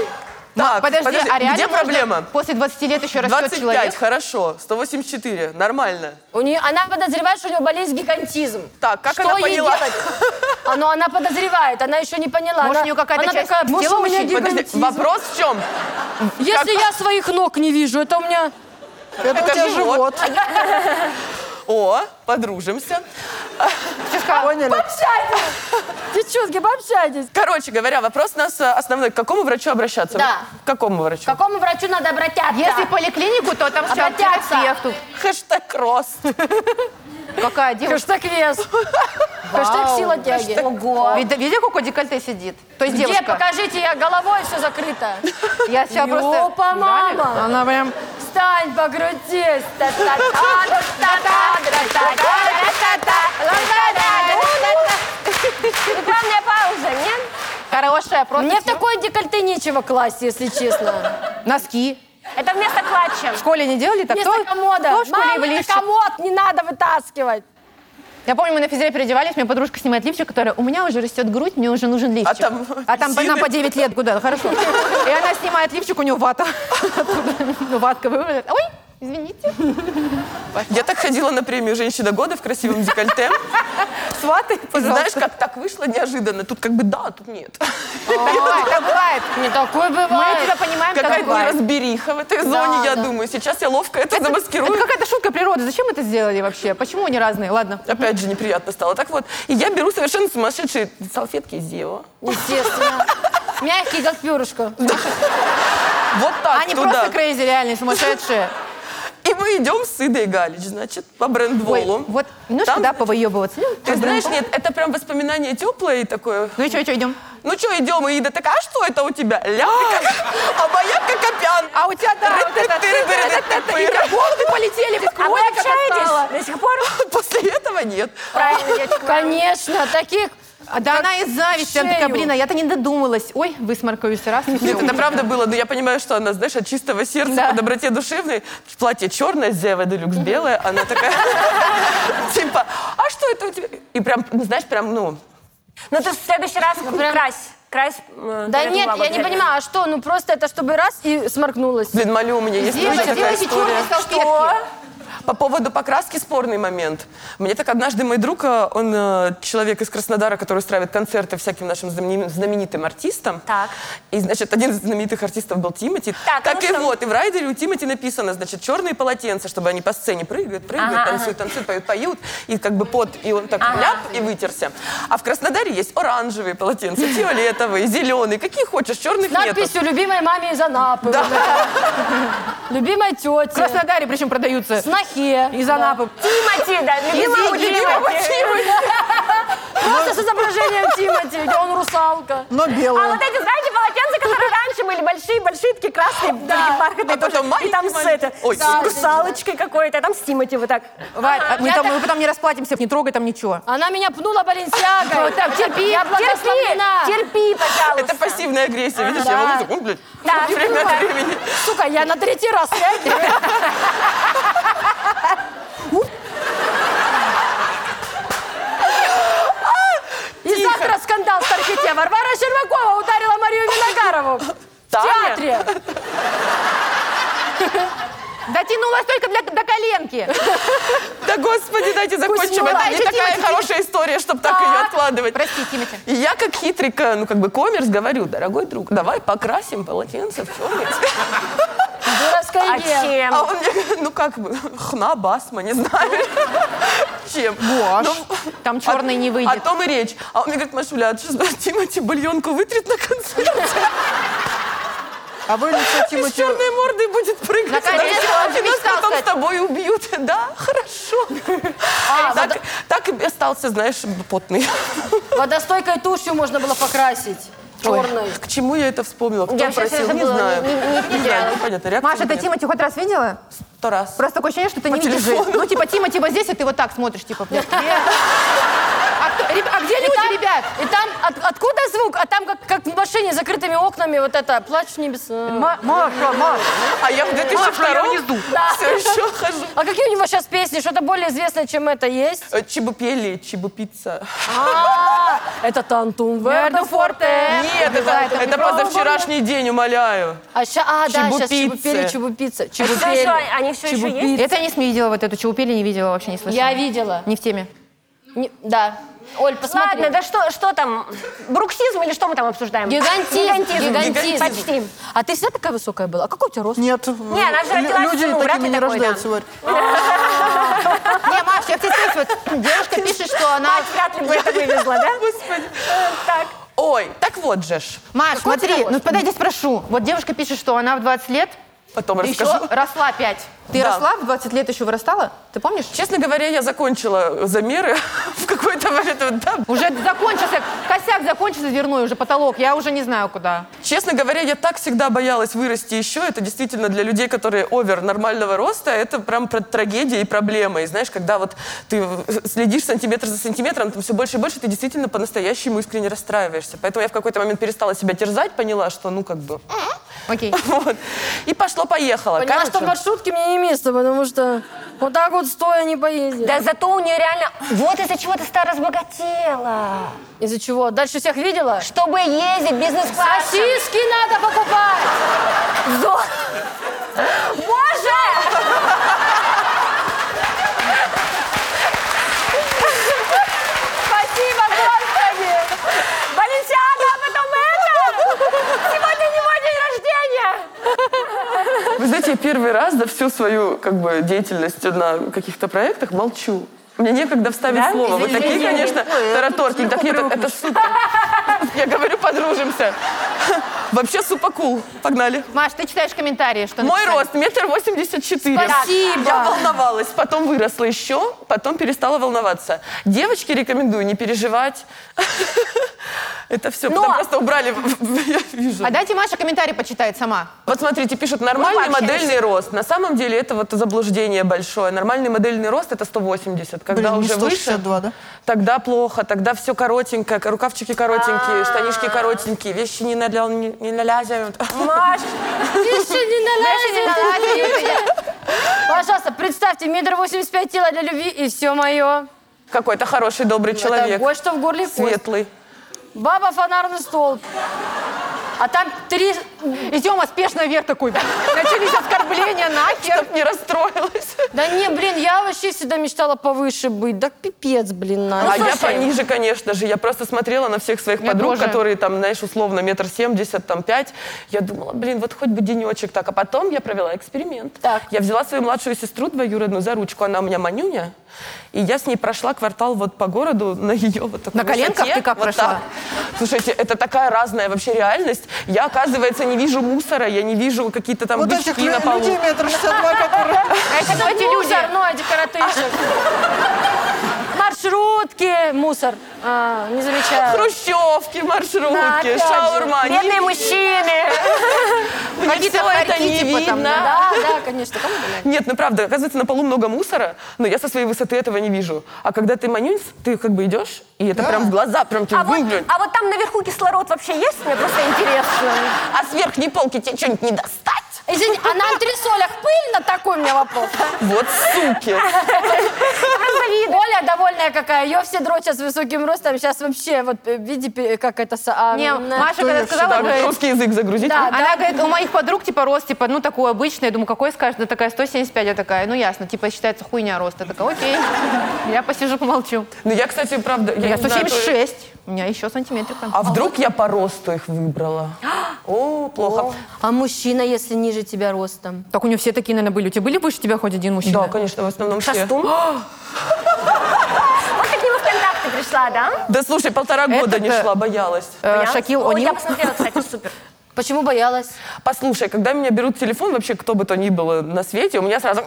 Ой. Так, Подожди, а реально где можно проблема? после 20 лет еще растет 25, человек? хорошо, 184, нормально. У нее, она подозревает, что у нее болезнь гигантизм. Так, как что она ей поняла? делать? А, ну, она подозревает, она еще не поняла. Может, она, у нее какая-то она часть такая, может, тела у меня мужчины? Подожди, гигантизм. вопрос в чем? Если я своих ног не вижу, это у меня... Это у Это тебя живот. живот. О, подружимся. Поняли? Девчонки, пообщайтесь. Короче говоря, вопрос у нас э, основной. К какому врачу обращаться? Да. К какому врачу? К какому врачу надо обратиться? Если в поликлинику, то там все Обратятся. терапевту. Хэштег рост. Какая девушка? Хэштег вес. Хэштег сила тяги. Ого. Видя, видя, какое декольте сидит? То есть Где, девушка. покажите, я головой все закрыто. Я сейчас просто... Ёпа, мама. Реально? Она прям... Встань, покрутись. Та-та-та, та-та-та, Рекламная пауза, нет? Хорошая, просто... Мне в всё. такое декольте нечего класть, если честно. Носки. Это вместо клатча. В школе не делали так? Вместо Кто- комода. кто в школе Мама, это лифчик? комод не надо вытаскивать. Я помню, мы на физре переодевались, мне подружка снимает лифчик, которая, у меня уже растет грудь, мне уже нужен лифчик. там а там апельсины. нам по 9 лет, куда, хорошо. И она снимает лифчик, у нее вата. Ну, Ватка выводит. Ой, извините. Я так ходила на премию «Женщина года» в красивом декольте. С ватой, И знаешь, пожалуйста. как так вышло неожиданно. Тут как бы да, а тут нет. Ой, так бывает. Не такой Мы бывает. тебя понимаем, так Какая-то бывает. неразбериха в этой зоне, я да. думаю. Сейчас я ловко это Это замаскирую. какая-то шутка природы. Зачем это сделали вообще? Почему они разные? Ладно. Опять же, неприятно стало. Так вот, и я беру совершенно сумасшедшие салфетки из Зева. Естественно. Мягкий, как перышко. Вот так Они туда. просто крейзи, реальные, сумасшедшие. И мы идем с Идой Галич, значит, по Ой, брендволу. вот немножко, Там- да, повыебываться. Ну, Ты знаешь, нет, это прям воспоминание теплое и такое. Ну и что, что, идем? Ну что, идем, и Ида такая, а что это у тебя? Ля, ты как- а моя как опян. А у тебя, да, вот это, и у тебя головы полетели, А вы кровь как отстала. общаетесь до сих пор? А После этого нет. Правильно, девочка. Конечно, таких... А Да она из зависти, она такая, шею. блин, а я-то не додумалась. Ой, высморкаюсь раз. и всё. Нет, это правда было, но я понимаю, что она, знаешь, от чистого сердца, Да. по доброте душевной. Платье черное, Зева Делюкс белое, она такая, типа, а что это у тебя? И прям, знаешь, прям, ну, Ну ты в следующий раз крась. Крась. э, Да нарядную нет, бабу я не обязательно. понимаю, а что? Ну просто это чтобы раз и сморкнулась. блин, молю, у меня есть тоже Девочки, такая делайте история. черные Что? салфетки. По поводу покраски спорный момент. Мне так однажды мой друг, э, он э, человек из Краснодара, который устраивает концерты всяким нашим знамени- знаменитым артистам. Так. И, значит, один из знаменитых артистов был Тимати. Так, ну и что? вот, и в райдере у Тимати написано, значит, черные полотенца, чтобы они по сцене прыгают, прыгают, Ага, танцуют, танцуют, поют, поют, и как бы пот, и он так ляп и вытерся. А в Краснодаре есть оранжевые полотенца, фиолетовые, зеленые, какие хочешь, черных нету. Надписью «Любимой маме из Анапы». вот такая. Любимой В тете. Краснодаре причем продаются. Снохе. Из Анапы. Тимати, да, любимая у любимого Тимати. Просто с изображением Тимати, где он русалка. Но А белое. вот эти, знаете, полотенца, которые раньше были большие-большие, такие красные, такие бархатные. А тоже. потом И там с, маленькие-маленькие. это, Ой, с да, русалочкой какой-то, а там с Тимати вот так. Варь, а мы я там- так- мы потом не расплатимся, не трогай там ничего. Она меня пнула баленсиагой. Вот так, терпи, Я благословлена. Терпи, терпи, пожалуйста. Это пассивная агрессия, видишь, да. я волнуюсь, «Ой, блядь, Да, время от бывает. времени. Сука, я на третий раз. реагирую. И завтра скандал в Тархите. Варвара Щербакова ударила Марию Виногарову. В Таня? театре. Дотянулась только для- до коленки. Да господи, дайте закончим. Кузьмина, Это еще не такая Тимати. хорошая история, чтобы так ее откладывать. Прости, Тимати. И я как хитрый, ка- ну как бы коммерс говорю, дорогой друг, давай покрасим полотенце в черный цвет». Дурацкая А идея. чем? А он мне, ну как бы, хна, басма, не знаю. Чем? Гуашь. Ну, Там черный не О выйдет. том и речь. А он мне говорит, Машуля, а что, Тимати бульонку вытрет на концерте? А вы лицо И с Тимати... черной мордой будет прыгать. Наконец-то он Да, и нас перестал потом с сказать. тобой убьют. Да, хорошо. Так- Так и остался, знаешь, потный. Водостойкой тушью можно было покрасить. черной. К чему я это вспомнила? Кто Я вообще просил? всё Не забыла, знаю. не- не- не Не теряла. знаю, непонятно. Реакция Маша, ты нет. Тимати хоть раз видела? Сто раз. Просто такое ощущение, что ты не видишь. телефону. жизнь. Ну, типа, Тима, типа здесь, и ты вот так смотришь, типа, блядь, где? А, кто- реб- а где И там- люди, ребят? И там от- откуда звук? А там как, как в машине с закрытыми окнами вот это плач небеса. Ма- Маша, Маша. А я в 2002 Да. все еще хожу. А какие у него сейчас песни? Что-то более известное, чем это есть? Э, Чебупели, чебупицца. А. Это Тантум Верде Форте. Э, Нет, это, убивает, там это не позавчерашний день, умоляю. А, ща, а да, сейчас Чебупицы. чебупели, чебупица. А Что чебупели. ещё? Они все еще есть? Это я не см- видела вот эту чаупели, не видела, вообще не слышала. Я видела. Не в теме. Не- да. Оль, посмотри. Ладно, да что, что там? Бруксизм или что мы там обсуждаем? Гигантизм. Гигантизм. Гигантизм. Почти. А ты всегда такая высокая была? А какой у тебя рост? Нет, Не, она же лю- родилась люди в Крыму, вряд такими ли не такой, да. рождаются, Варь. Не, Маш, я тебе скажу, вот девушка пишет, что она... Мать А, вряд ли бы это вывезла, да? Господи. Так. Ой, так вот же ж. Маш, Какой у смотри, тебя ну подойди, спрошу. Вот девушка пишет, что она в 20 лет Потом еще расскажу. росла опять. Ты Да. росла в 20 лет еще вырастала? Ты помнишь? Честно говоря, я закончила замеры в какой-то момент. Вот, Да, Уже закончился, косяк закончился дверной, уже потолок, я уже не знаю куда. Честно говоря, я так всегда боялась вырасти еще. Это действительно для людей, которые овер нормального роста, это прям про- трагедия и проблема. И знаешь, когда вот ты следишь сантиметр за сантиметром, там все больше и больше, ты действительно по-настоящему искренне расстраиваешься. Поэтому я в какой-то момент перестала себя терзать, поняла, что ну как бы... Окей. Вот. И пошло-поехало. Поняла, что в Короче, маршрутке мне не место, потому что вот так вот стоя не поедешь. Да зато у нее реально... Вот из-за чего ты стала разбогатела. Из-за чего? Дальше всех видела? Чтобы ездить бизнес-классом. Сосиски надо покупать! Зо- Боже! Спасибо, Господи! Валентиана, а потом это! Сегодня не мой день рождения! Вы знаете, я первый раз за всю свою как бы, деятельность на каких-то проектах молчу. Мне некогда вставить Да? слово. Вы Извини, такие, извини. конечно, тараторки. Так нет, это супер. Я говорю, подружимся. Вообще супакул. Погнали. Маш, ты читаешь комментарии, что Мой написали? рост метр восемьдесят четыре. Спасибо. Я волновалась, потом выросла еще, потом перестала волноваться. Девочки рекомендую не переживать. Это все. Но- Потом просто убрали. Я вижу. А дайте Маша комментарий почитает сама. Вот смотрите, пишут, нормальный Ну, пообщаемся. модельный рост. На самом деле это вот заблуждение большое. Нормальный модельный рост это 180. Когда Блин, не уже выше, 162, да? тогда плохо, тогда все коротенькое, рукавчики коротенькие, штанишки коротенькие, вещи не, наля... не, не налязывают. Маш, Еще не Ладно, налазит. Юлия. Пожалуйста, представьте, метр восемьдесят пять тела для любви, и все мое. Какой-то хороший, добрый Это человек. гость, что в горле кость. Светлый. Баба фонарный столб. А там три... Идем успешно вверх такой. Начались оскорбления, нахер. Чтоб не расстроилась. Да не, блин, я вообще всегда мечтала повыше быть. Да пипец, блин, А Надя. я пониже, конечно же. Я просто смотрела на всех своих Я подруг, тоже. которые там, знаешь, условно метр семьдесят, там пять. Я думала, блин, вот хоть бы денечек так. А потом я провела эксперимент. Так. Я взяла свою младшую сестру двоюродную за ручку, она у меня манюня. И я с ней прошла квартал вот по городу на ее вот такой На коленках высоте. ты как Вот прошла? так. Слушайте, это такая разная вообще реальность. Я, оказывается, не вижу мусора, я не вижу какие-то там Вот этих бычки на лю- полу. людей метр шестьдесят два, которые... А Это, кстати, люди. Мусор, ну, эти коротышек. Маршрутки, мусор. А, не замечаю. Хрущевки, Да, маршрутки, опять же. шаурма. Не- бедные мужчины! мне ну, какие-то всё это хорьки не типа там, видно. Да, да, конечно. Кому блядь? Нет, ну правда, оказывается, на полу много мусора, но я со своей высоты этого не вижу. А когда ты манюнь, ты как бы идешь, и это прям в глаза, прям тебе А вот, выглянь. а вот там наверху кислород вообще есть? Мне просто интересно. А с верхней полки тебе что-нибудь не достать? Извини, а на антресолях пыльно? Такой у меня вопрос. Вот суки! Оля довольная какая. Ее все дрочат с высоким ростом. Сейчас вообще, вот, э, видите, пе- как это... са- а, Не, м, Маша когда сказала, Так, говорит, русский язык загрузить. Да, она говорит, у моих подруг, типа, рост, типа, ну, такой обычный. Я думаю, какой скажет? Она такая, 175. Я такая, ну, ясно, типа, считается хуйня рост. Я такая, окей, я посижу, помолчу. Ну я, кстати, правда... Я не знаю, то ли- 176. У меня еще сантиметрик там. А вдруг я по росту их выбрала? О, плохо. А мужчина, если ниже тебя ростом? Так у нее все такие, наверное, были. У тебя были выше тебя хоть один мужчина? Да, конечно, в основном все. Шастун? Вот таким ВКонтакте пришла, да? Да слушай, полтора года не Это-то- шла, боялась. Э, Прям? Шакил Ой, Я О'Нил. посмотрела, кстати, супер. Почему боялась? Послушай, когда меня берут телефон, вообще кто бы то ни было на свете, у меня сразу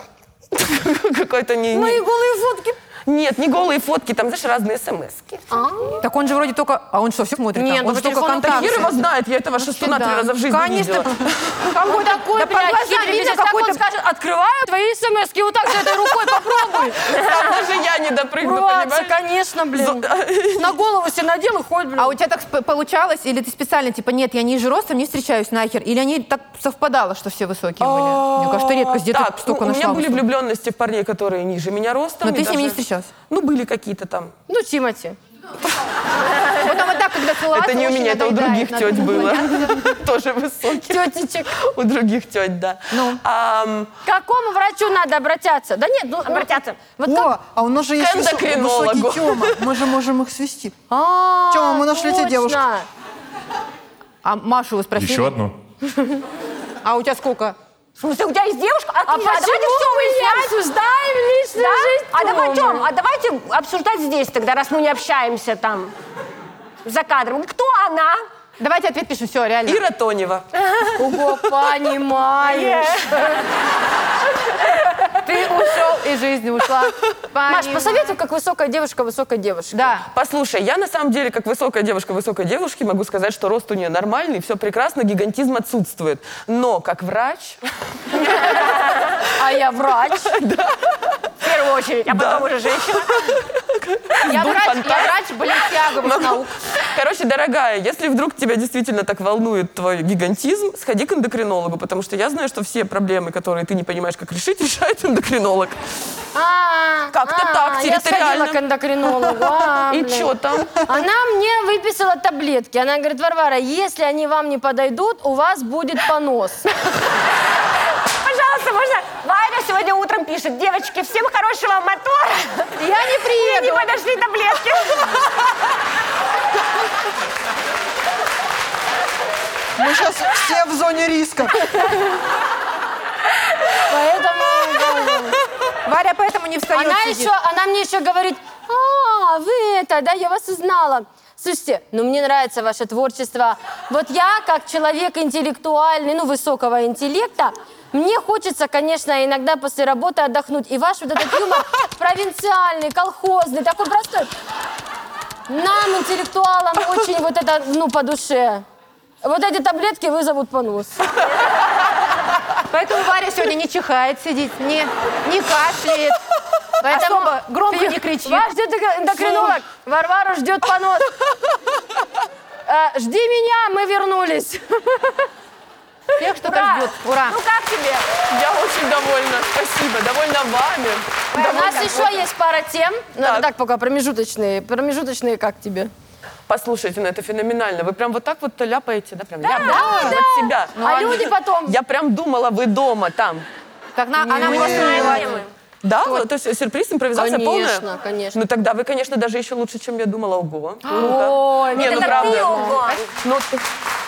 какой-то не... не- голые фотки. Нет, не голые фотки, там, знаешь, разные смс-ки. Так он же вроде только... А он что, все смотрит? Нет, ну там? Он же только контакты. Хер его знает, я этого шестуна три да. раза в жизни Конечно. видела. Он такой, Да по блядь, глазам хитрый, видно, видишь, как он какой-то- скажет, открываю твои смс вот так же этой рукой попробуй. Там даже я не допрыгну, Братцы, понимаешь? конечно, блин. На голову себе надел и ходит, блин. А у тебя так сп- получалось? Или ты специально, типа, нет, я ниже ростом, не встречаюсь нахер? Или они так совпадало, что все высокие были? Мне кажется, редко где-то А, Так, столько ну, у нашла. меня были высоких. влюбленности в парней, которые ниже меня ростом. Но и ты с ними не даже- встречалась? Ну, были какие-то там. Ну, Тимати. Потом вот так, когда целоваться, это не у очень меня, это у надоедает, других надо теть было. наклоняться. Тоже высоких. Тетечек. У других теть, да. Ну. Ам, К какому врачу надо обратиться? Да нет, ну... Обратятся. Вот как О, а у нас же есть К высо- эндокринологу. высокий Тёма. Мы же можем их свести. А, Тёма, мы нашли тебе точно. девушку. А Машу вы спросили? Еще одну? А у тебя сколько? В смысле, у тебя есть девушка? А, А ты- а почему давайте все мы не выяснять. обсуждаем личную Да? жизнь А давай, Тёмы? Тём, а давайте обсуждать здесь тогда, раз мы не общаемся там за кадром. Кто она? Давайте ответ пишем, все, реально. Ира Тонева. Ого, понимаешь. Ты ушел из жизни, ушла. Маш, Понимаю. посоветуй, как высокая девушка, высокая девушка. Да. Послушай, я на самом деле, как высокая девушка высокой девушки, могу сказать, что рост у нее нормальный, все прекрасно, гигантизм отсутствует. Но как врач, А я врач. В первую очередь, а потом уже женщина. Я Дух врач, я фантазии. врач, Ну, Баленсиаговых наук. Короче, дорогая, если вдруг тебя действительно так волнует твой гигантизм, сходи к эндокринологу, потому что я знаю, что все проблемы, которые ты не понимаешь, как решить, решает эндокринолог. Как-то Как-то так, А, Я сходила территориально. к эндокринологу. а, И блин. что там? Она мне выписала таблетки. Она говорит, Варвара, если они вам не подойдут, у вас будет понос. Пожалуйста, можно? Варя сегодня утром пишет. Девочки, всем хорошего мотора. Я не Мне не приеду. подошли таблетки. Мы сейчас все в зоне риска. Поэтому... Варя поэтому не встает. Она сидит. еще, она мне еще говорит, а, вы это, да, я вас узнала. Слушайте, ну мне нравится ваше творчество. Вот я, как человек интеллектуальный, ну, высокого интеллекта, мне хочется, конечно, иногда после работы отдохнуть. И ваш вот этот юмор провинциальный, колхозный, такой простой. Нам, интеллектуалам, очень вот это, ну, по душе. Вот эти таблетки вызовут понос. Поэтому Варя сегодня не чихает, сидит, не, не кашляет. Поэтому Особо громко не кричит. Вас ждет эндокринолог. Варвару ждет понос. Э, Жди меня, мы вернулись. Всех, что нас ждет. Ура. Ну как тебе? Я очень довольна, спасибо, довольна вами. У нас еще есть пара тем. Ну, это Так. так пока промежуточные. Промежуточные как тебе? Послушайте, ну это феноменально. Вы прям вот так вот ляпаете, да? Прям ляп, ляп, от себя. А люди потом... Я прям думала, вы дома там. Так на- она просто наливает. Да, вот, то есть сюрприз, импровизация полная? Конечно, конечно. Ну тогда вы, конечно, даже еще лучше, чем я думала. Ого. Ой, Не, ну это правда. ты Ого. Ну, ты-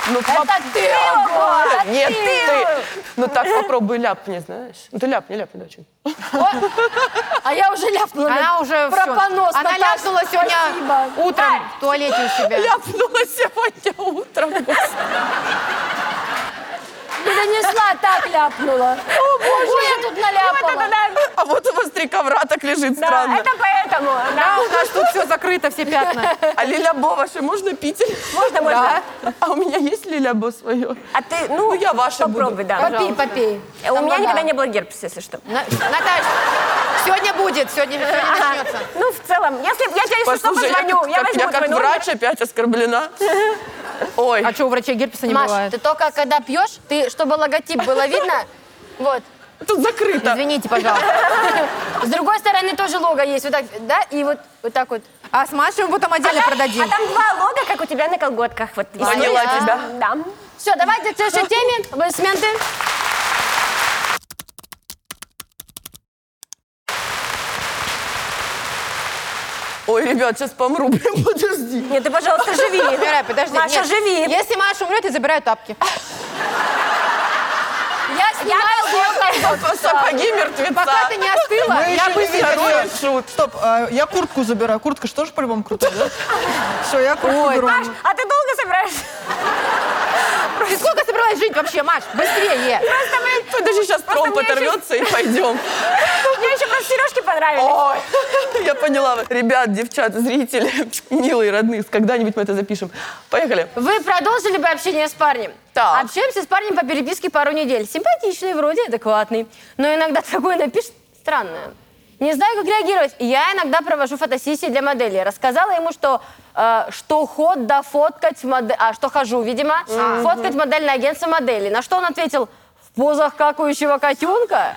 ну, пап- ты, Ого! это Нет, ты. ты. Ну так попробуй ляпни, знаешь. Ну ты ляпни, ляпни, очень. Ой, А я уже ляпнула. Она уже Про всё. понос. Она Наташа, ляпнула сегодня спасибо. утром в туалете у себя. Ляпнула сегодня утром. господи. Не донесла, а так ляпнула. О, боже. я тут Ну, Вот это наляпала. да. А вот у вас три ковра так лежит Да, странно. это поэтому. Да, Да. у нас тут все закрыто, все пятна. А лилябо ваше можно пить? Можно, можно. А у меня есть лилябо свое? А ты, ну, я ваше буду. попробуй, да. Попей, попей. Э, У Там меня вода. никогда не было герпеса, если что. На- Наташ, сегодня будет, сегодня, сегодня начнется. Ну, в целом, если б я тебе если что Послушай, я позвоню, как, я как- я возьму как твой номер. врач опять оскорблена. Ой, А что, у врачей герпеса не Маш, бывает? ты только когда пьешь, ты, чтобы логотип было видно, вот. тут закрыто. Извините, пожалуйста. С другой стороны тоже лого есть, вот так, да, и вот, вот так вот. А с Машей мы потом А отдельно там- продадим. А там два лога, как у тебя на колготках. Вот, если Поняла что. тебя. Да. Все, давайте к следующей теме. Аплодисменты. Ой, ребят, сейчас помру, блин, подожди. Нет, ты, пожалуйста, живи. Забирай, подожди. Маша, нет. живи. Если Маша умрет, я забираю тапки. Я снимаю свой колготки. Сапоги мертвеца. Пока ты А, не остыла, Мы я еще не быстро... видели. Второй Всё. шут. Стоп, а я куртку забираю. Куртка же тоже по-любому крутая, да? Все, я куртку беру. Маш, а ты долго собираешь? Ты сколько собралась жить вообще, Маш? Быстрее! Подожди, сейчас тром мне еще- оторвется и пойдем. мне еще просто сережки понравились. Ой, я поняла. Ребят, девчат, зрители, милые, родные, когда-нибудь мы это запишем. Поехали. Ну, Вы продолжили бы общение с парнем? Так. Общаемся с парнем по переписке пару недель. Симпатичный вроде, адекватный. Но иногда такое напишет странное. Не знаю, как реагировать. Я иногда провожу фотосессии для моделей. Рассказала ему, что, э, что ход да фоткать модель... А, что хожу, видимо. Фоткать модельное агентство моделей. На что он ответил, в позах какающего котенка?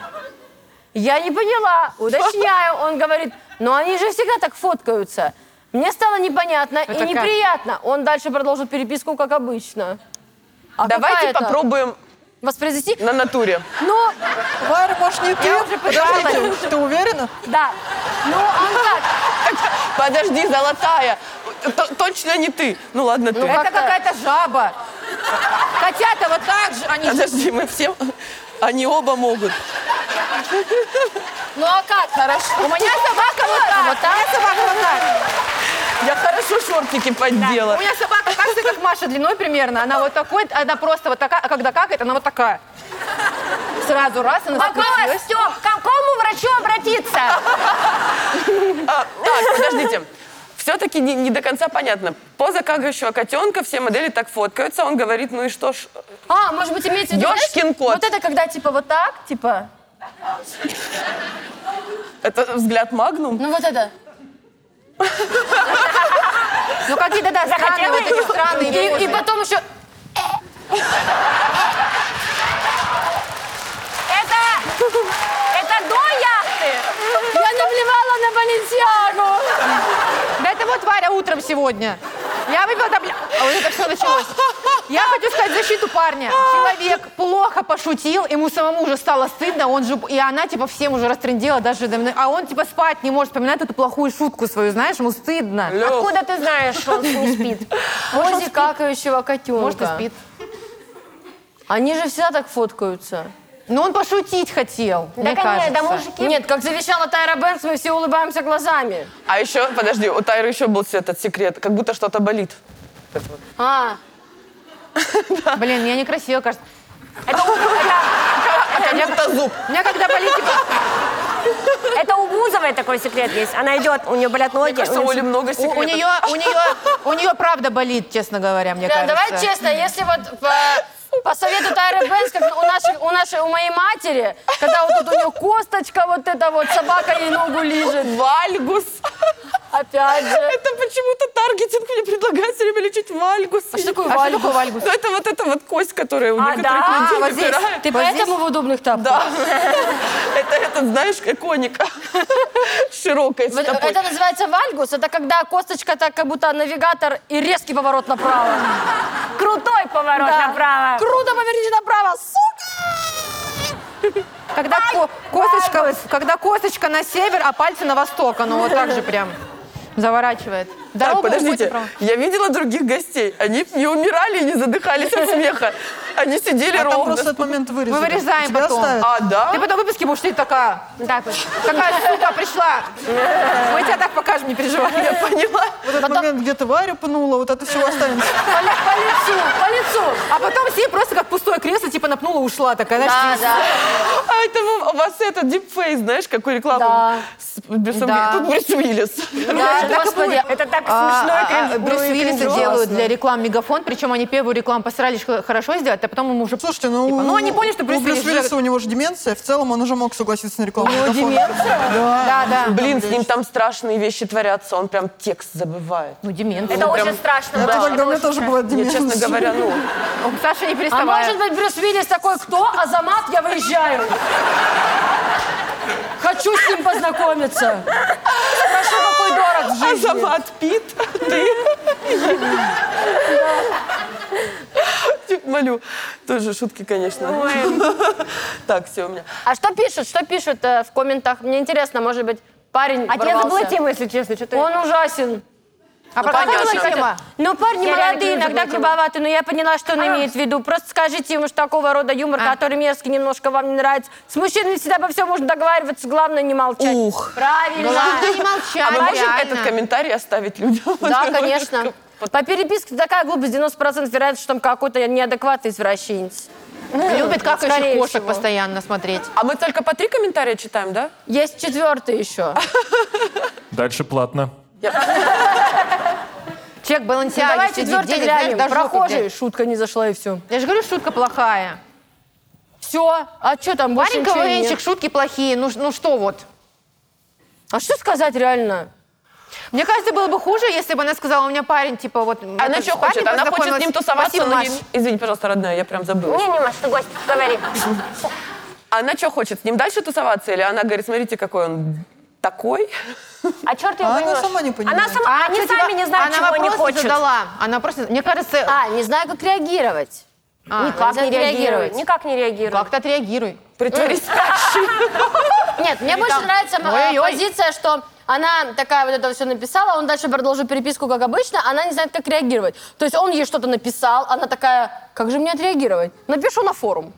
Я не поняла. Уточняю. Он говорит, но они же всегда так фоткаются. Мне стало непонятно и как? неприятно. Он дальше продолжил переписку, как обычно. А какая Давайте это? попробуем воспроизвести. на натуре. Ну, Лайра, может, не ты? Я уже пыталась. Подождите, Ты уверена? да. Ну, он так. Подожди, золотая. Т- Точно не ты. Ну ладно, ты. Это какая-то жаба. Котята вот так же, они же... Подожди, мы все... Они оба могут. Ну, а как? У меня собака вот так. Вот так? У меня собака вот так. Я хорошо шортики поддела. У меня собака так же, как Маша, длиной примерно. Она вот такой, она просто вот такая, а когда какает, она вот такая. Сразу раз, она Вопрос, закрутилась. Степ, к какому врачу обратиться? А, так, подождите. Все-таки не, не до конца понятно. Поза какающего котенка, все модели так фоткаются. Он говорит, ну и что ж, А, может быть, имеется в виду, знаешь, Ёшкин кот. Вот это когда, типа, вот так, типа, это взгляд магнум. ну вот это. Ну какие-то, да, странные, Захотела вот эти странные И, и позы. потом еще... Это, это до яхты. Я наплевала на Баленсиагу. Да это вот Варя утром сегодня. Я выпила табля... А вот это все началось. Я хочу сказать в защиту парня. Человек плохо пошутил, ему самому уже стало стыдно, он же... И она, типа, всем уже растрындела даже... до меня. А он, типа, спать не может, вспоминает эту плохую шутку свою, знаешь, ему стыдно. Лёх. Откуда ты знаешь, что он не спит? Позе какающего котенка. Может, и спит. Они же всегда так фоткаются. Но Ну, он пошутить хотел, Да, мне конечно, кажется. да, мужики. Нет, как завещала Тайра Бэнкс, мы все улыбаемся глазами. А еще, подожди, у Тайры еще был этот секрет. Как будто что-то болит. Это вот. А, Блин, я некрасиво, кажется. Это у, это- Как будто А, зуб. У меня когда болит, типа, это у Бузовой такой секрет есть. Она идет, у нее болят ноги. Мне кажется, у неё у Оли много у, секретов. у нее, у нее, у нее правда болит, честно говоря, мне Ребят, кажется. давай честно, если вот по, по совету Тайры Бэнкс, как у, наших, у, нашей, у моей матери, когда вот тут у нее косточка вот эта вот, собака ей ногу лижет, Вальгус. опять же. Это почему-то таргетинг мне предлагает все время лечить вальгус. А что такое А что такое вальгус? Ну, это вот эта вот кость, которая у А, некоторых да, людей вот здесь. выпирает. Ты Вот здесь? поэтому в удобных тапках? Да. Это, это, знаешь, коник. Широкой, с Вот такой. Это называется вальгус, это когда косточка так, как будто навигатор и резкий поворот направо. Крутой поворот Да. направо. Круто поверните направо, сука! Когда, ко- косточка, когда косточка на север, а пальцы на восток, оно вот так же прям заворачивает. Так, Дорогу уходит подождите, прям. я видела других гостей. Они не умирали и не задыхались от смеха. Они сидели А там ровно. просто этот момент вырезали. Мы вырезаем Тебя потом. оставят? А, да? Ты потом в выписке будешь сидеть такая, Так вот. такая сука пришла. Мы тебя так покажем, не переживай. Я поняла. Вот а этот момент, где ты Варю пнула, вот это все останется. По, ли- по лицу, по лицу. А потом все просто как пустое кресло, типа напнула, ушла такая, Да, знаешь, да. А это вы- у вас этот дипфейс, знаешь, какую рекламу? Да. С Брюсом Да. Уилли- Тут Брюс Уиллис. типа, Да, господи. Это так смешно А, и а, кринж- а, Брюс ну и Уиллиса кринжово. делают для реклам Мегафон, причем они первую рекламу постарались х- хорошо сделать, а потом ему уже... Слушайте, ну... Типа, ну, они поняли, что у Брюс Уиллис Ну, живет- Уиллиса, у него же деменция, в целом он уже мог согласиться на рекламу. Мегафона. Да, да. Блин, с ним там страшные вещи творятся, он прям текст забывает. Ну, деменция. Это прям- очень страшно Это было. тогда у меня тоже была Я, деменция. честно говоря, ну, Саша, не А переставай. может быть, Брюс Уиллис такой, кто? Азамат, я выезжаю. Хочу с ним познакомиться. Спрошу, какой дорог в жизни. Азамат А Пит, ты. Типа, Молю. Тоже шутки, конечно. Так, все у меня. А что пишут? Что пишут э, в комментах? Мне интересно, может быть, парень Отец ворвался. заплатим, если честно, что ты... Он ужасен. А про Какая какую была тема? тема? Ну, парни Я молодые, реально не иногда заплатила. грубоваты, но я поняла, что он имеет в виду. Просто скажите ему, что такого рода юмор, который мерзкий, немножко вам не нравится. С мужчинами всегда обо всем можно договариваться, главное не молчать. Ух. Правильно. Главное не А молчать, мы можем реально. этот комментарий оставить людям? Да, конечно. По переписке такая глупость, 90% вероятность, что там какой-то неадекватный извращенец. Любит какающих Скорее кошек всего. постоянно смотреть. А мы только по три комментария читаем, да? Есть четвертый еще. Дальше платно. Человек балансиаги Ну, Давай сидит, четвертый денег, знаешь, глянем. даже жопу Прохожий. где. Шутка не зашла и все. Я же говорю, шутка плохая. Все. А что там? больше Парень ничего и нет. КВНщик, шутки плохие. Ну, ш- ну что вот? А что сказать реально? Мне кажется, было бы хуже, если бы она сказала, у меня парень, типа, вот... А Она что хочет? Она хочет с ним тусоваться, Спасибо, но Маш. ей- Извини, пожалуйста, родная, я прям забыла. Ну. Не, не, Маш, ты гость, говори. Она что хочет, с ним дальше тусоваться? Или она говорит, смотрите, какой он такой? Ну, А черт ее А она поймешь. сама не понимает. Она сама, А, они кстати, сами не знают, она чего они вопрос не хочут. задала. Она просто, мне кажется, А, не знаю, как реагировать. а, Никак Нельзя не реагируют. реагировать. Никак не реагируют. как-то отреагируй. Притворись спящей. Нет, мне больше там, нравится м, э, ой-ой-ой. позиция, что она такая вот это все написала, он дальше продолжил переписку, как обычно, она не знает, как реагировать. То есть он ей что-то написал, она такая, как же мне отреагировать? Напишу на форум.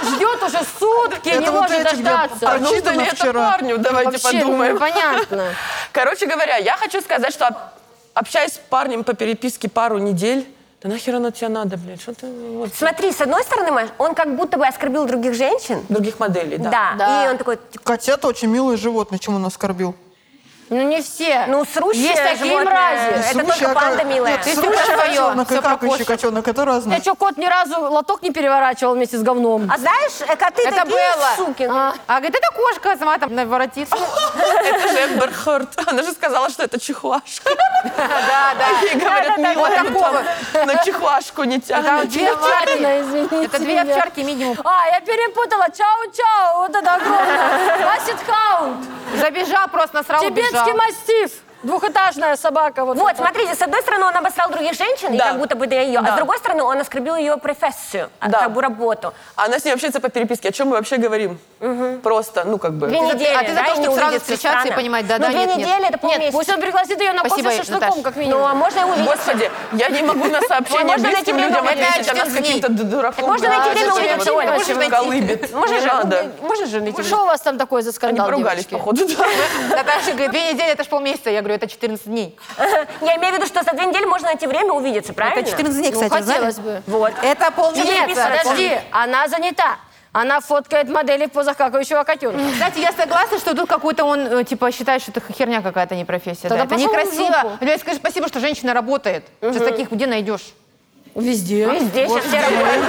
Он ждет уже сутки, не вот может эти, бля, дождаться. прочитано Нужно ли это вчера. парню? Давайте Вообще ну, подумаем. непонятно. Короче говоря, я хочу сказать, что об- общаюсь с парнем по переписке пару недель. Да нахер оно тебе надо, блядь? Что ты вот, Смотри, с одной стороны, Маш, он как будто бы оскорбил других женщин. других моделей, да? Да. Да. И он такой, «Типа, Котята очень милые животные, чем он оскорбил. Ну не все. ну, срущие Есть такие животные. мрази. Это Срущая только панда ка- милая. Нет, Ты срущая всё про своё, котенок и всё про какающий кошек. котенок, это разное. Я что, кот ни разу лоток не переворачивал вместе с говном? А знаешь, э, коты Это такие было. суки. А. А говорит, это кошка сама там наворотит. Это же Эмбер Хёрд. Она же сказала, что это чихуашка. Да, да. Ей говорят, да, милая, вот там такого. на чихуашку не Да, тянет. две Ладно, овчарки. извините Это меня. две овчарки минимум. А, я перепутала. Чау-чау, вот это огромное. Басит хаунд. Забежал просто, насрал, убежал. Тибетский мастиф. Двухэтажная собака. Вот, Вот, эта. смотрите, с одной стороны, он обосрал других женщин, и Да. как будто бы для ее, а Да. с другой стороны, он оскорбил ее профессию, а, Да. как бы работу. Она с ней общается по переписке. О чем мы вообще говорим? Просто, ну как бы. Две недели, а ты за да, то, и не чтобы сразу увидеться встречаться странно. и понимать, да, Ну, да, две нет, нет. недели, это полмесяца. Нет, пусть он пригласит ее на кофе Спасибо, с шашлыком, Наташ. как Ну, а минимум. можно и увидеться. Господи, я не могу на сообщение Можно найти близким время людям на это, ответить, она с через дни. каким-то д- дураком. Можно найти время зачем увидеться, она Оля, так можно найти. Колыбит. Можно Не же, надо. Можно же найти. Что у вас там такое за Они скандал, поругались, девочки? походу. да. Наташа говорит, две недели, это ж полмесяца. Я говорю, это 14 дней. Я имею в виду, что за две недели можно найти время увидеться, правильно? Это 14 дней, Ну, кстати, хотелось знали? бы. Вот. Э, Это полмесяца. Нет, подожди, она занята. Она фоткает модели в позах какающего котенка. Кстати, я согласна, что тут какой-то он, э, типа, считает, что это херня какая-то, не профессия. Тогда да. Это пошел он в некрасиво. жопу. Блядь, скажи спасибо, что женщина работает. Сейчас таких где найдешь? Везде. Здесь сейчас все работают.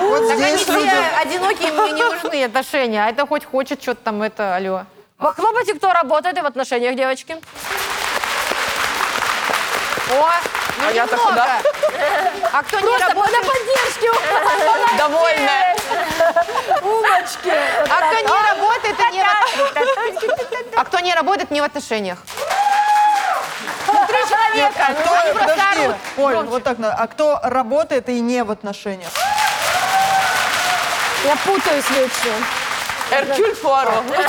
Вот Так они здесь все люди. одинокие, мне не нужны отношения. А это хоть хочет что-то там, это, алло. Похлопайте, кто работает и в отношениях, девочки. О, ну А я-то немного. куда? А кто не Просто работает? на поддержке у Довольная. умочки. А кто не работает, и не в отношениях. А кто не работает, не в отношениях. Три человека. Кто, подожди, орут. Оль, вот так надо. А кто работает и не в отношениях? Я путаюсь вечно. Эркюль Фуаро. Видишь,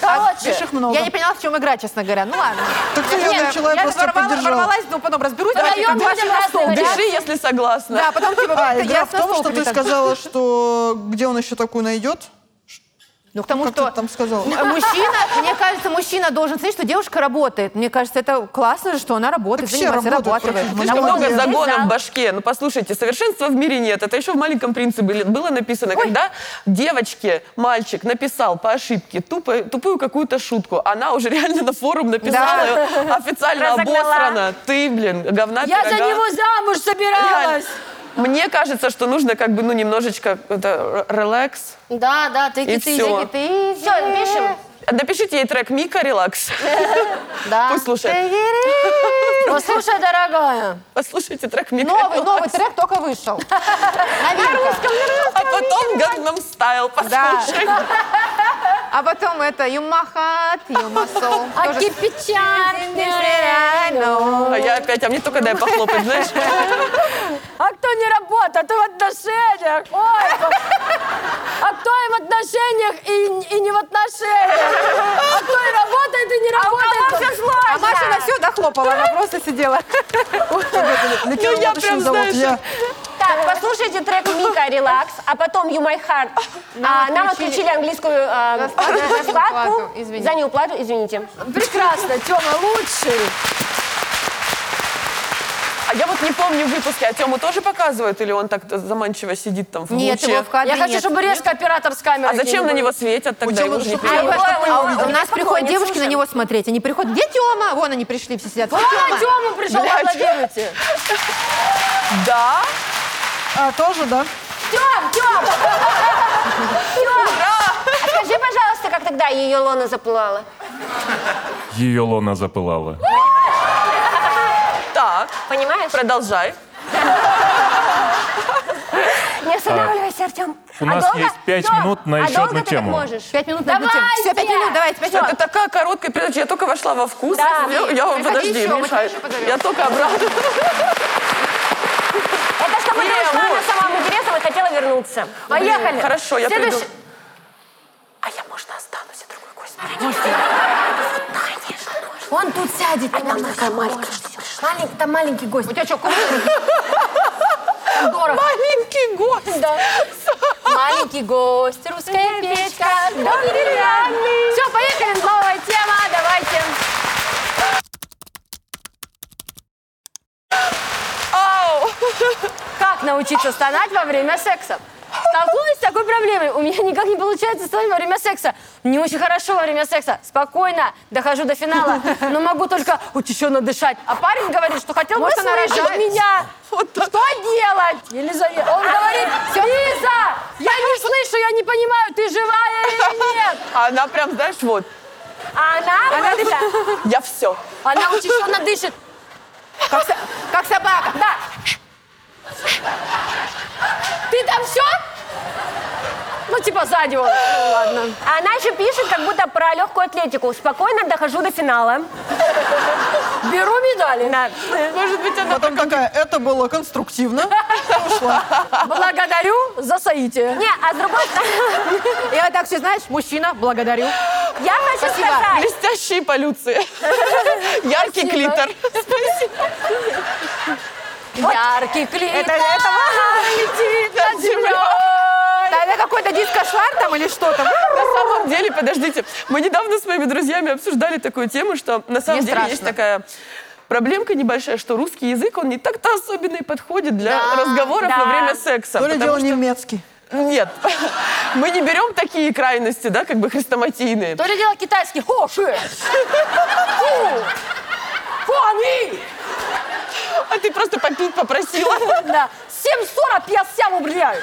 Короче, А их много. Я не поняла, в чем игра, честно говоря. Ну ладно. Так ты ее начала, я я просто ворвала- поддержала. ворвалась, ну потом разберусь. давайте вдвоем как-то будем разные Пиши, варианты. если согласна. Да, потом типа А, как-то игра в ясно том, стол что ты прилетает. сказала, что где он еще такую найдет? Ну, к тому, Как что ты там сказала? м- мужчина, мне кажется, мужчина должен ценить, что девушка работает. Мне кажется, это классно же, что она Так работает, все занимается, работают, зарабатывает. короче, Слишком много Молодец. загонов в башке. Ну, послушайте, совершенства в мире нет. Это еще в «Маленьком принце» были- было написано, когда девочке мальчик написал по ошибке тупо- тупую какую-то шутку. Она уже реально на форум написала, её официально Разогнала. обосрана. Ты, блин, говна ты я за рога». него замуж Реально. собиралась. Мне кажется, что нужно как бы, ну, немножечко это, р- релакс. Да, да, ты И все. Ты Все, пишем. Напишите ей трек «Мика релакс». Да. Пусть слушает. Послушай, дорогая, Послушайте трек «Мика Новый, ну, релакс». новый трек только вышел. Новинка. А потом «Гангнам Стайл» Да. послушай. А потом это «Юмахат», «Юмасол». а кипятят нереально. А я опять, а мне только дай похлопать, знаешь. А кто не работает, а ты в отношениях. Ой, а кто и в отношениях, и, и не в отношениях. А кто и работает, и не работает. А Маша на все дохлопала, она просто сидела. Ну, На кем Ну, я будущем прям, завод? знаешь, Я- Так, послушайте трек Мика «Релакс», а потом «You My Heart». А, Нам отключили- отключили английскую э, за вкладку неуплату, извините. за неуплату, извините. Прекрасно, Тёма лучший. А А я вот не помню в выпуске, а Тему тоже показывают, или он так заманчиво сидит там в Нет, луче? его в кадре Я хочу, нет. чтобы резко оператор с камерой. А зачем на него светят тогда? Тема Его же же не шоколадная. пьют. А у- а у нас Спокойно, приходят девушки на слушаем. него смотреть. Они приходят, где Тёма? Вон они пришли, все сидят. «Вот О, Тёма!» Тёма пришел, Блядь. аплодируйте. Да? А, тоже, да? Тём, Тём! Тём! А скажи, пожалуйста, как тогда ее лона запылала? Ее лона запылала. Так, Понимаешь? продолжай. Не останавливайся, А Артем. У нас есть пять минут а а на еще одну тему. Пять минут на одну тему. Давайте! Все, пять минут, давайте, пять минут. Это такая короткая передача. Я только вошла во вкус. Да. Я, я Приходи вам подожди, еще, мы Миша, тебя еще позовем. Я только обратно. Это чтобы ты Не, ушла вот. на самом интересном и хотела вернуться. Поехали. Хорошо, я Следующий- приду. А я, можно, останусь, и другой гость? Конечно. Он тут сядет. А там такая маленькая. Маленький, там маленький гость. У тебя что, курсы? Маленький гость. Маленький гость, русская печка, Все, поехали, новая тема, давайте. Ау. Как научиться стонать во время секса? Столкнулась с такой проблемой. У меня никак не получается стонать во время секса. Не очень хорошо во время секса. Спокойно дохожу до финала, но могу только учащенно дышать. А парень говорит, что хотел бы Может, она слышать рожает? А. меня. Что делать? Елизавета. Он говорит, Лиза, я не слышу, я не понимаю, ты живая или нет? А Она прям, знаешь, вот. А она, просто- Я все. она учащенно дышит. Как со- Как собака. Да. Ты там все? Ну, типа, сзади вот. Ну, ладно. А Она еще пишет, как будто про легкую атлетику. Спокойно дохожу до финала. Беру медали. Да. Может быть, она... Потом какая, это было конструктивно. Благодарю за соитие. Не, а с другой стороны, Я так все, знаешь, мужчина, благодарю. я хочу Спасибо. сказать, Блестящие полюции. Яркий клитор. Яркий клип. Это, это Летит над землей. Да, это какой-то дискошвар там или что там. На самом деле, подождите, мы недавно с моими друзьями обсуждали такую тему, что на самом Не деле страшно. есть такая проблемка небольшая, что русский язык, он не так-то особенно и подходит для разговоров во да. время секса. То ли дело потому немецкий. что- Нет, мы не берем такие крайности, да, как бы хрестоматийные. То ли дело китайский. Хоши. Фу. Фуани. А ты просто попить попросила. Да. 740 я сям убляю.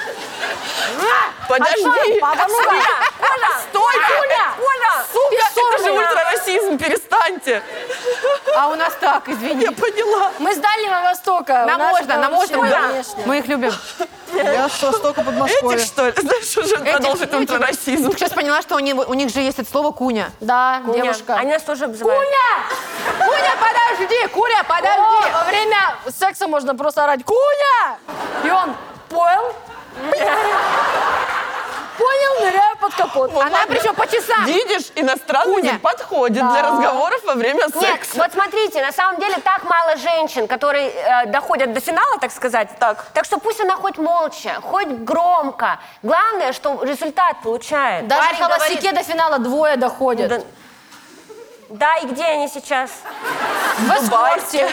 Подожди. Подожди. Стойте! Сука, это же Бессовестная. ультрарасизм, перестаньте! А у нас так, извини. Я поняла. Мы с Дальнего Востока. У Нам нас можно, нам там можно. вообще, да. конечно. Мы их любим. Я с Востока Подмосковья. Этих, что ли? Знаешь, уже продолжит Этих, ну, этих. ультрарасизм. Ну, сейчас поняла, что у них, у них же есть это слово куня. Да, Куня, девушка. Они нас тоже обзывают. Куня, подожди, куня, О, во время секса можно просто орать «Куня!» И он понял. Понял, ныряю под капот. Она причем по часам. Видишь, иностранный Куня. язык подходит для разговоров во время Нет, секса. вот смотрите, на самом деле так мало женщин, которые э, доходят до финала, так сказать. Так. Так что пусть она хоть молча, хоть громко. Главное, что результат получает. Даже в Парень холостяке говорит, до финала двое доходят. Да. Да, и где они сейчас? в эскорте.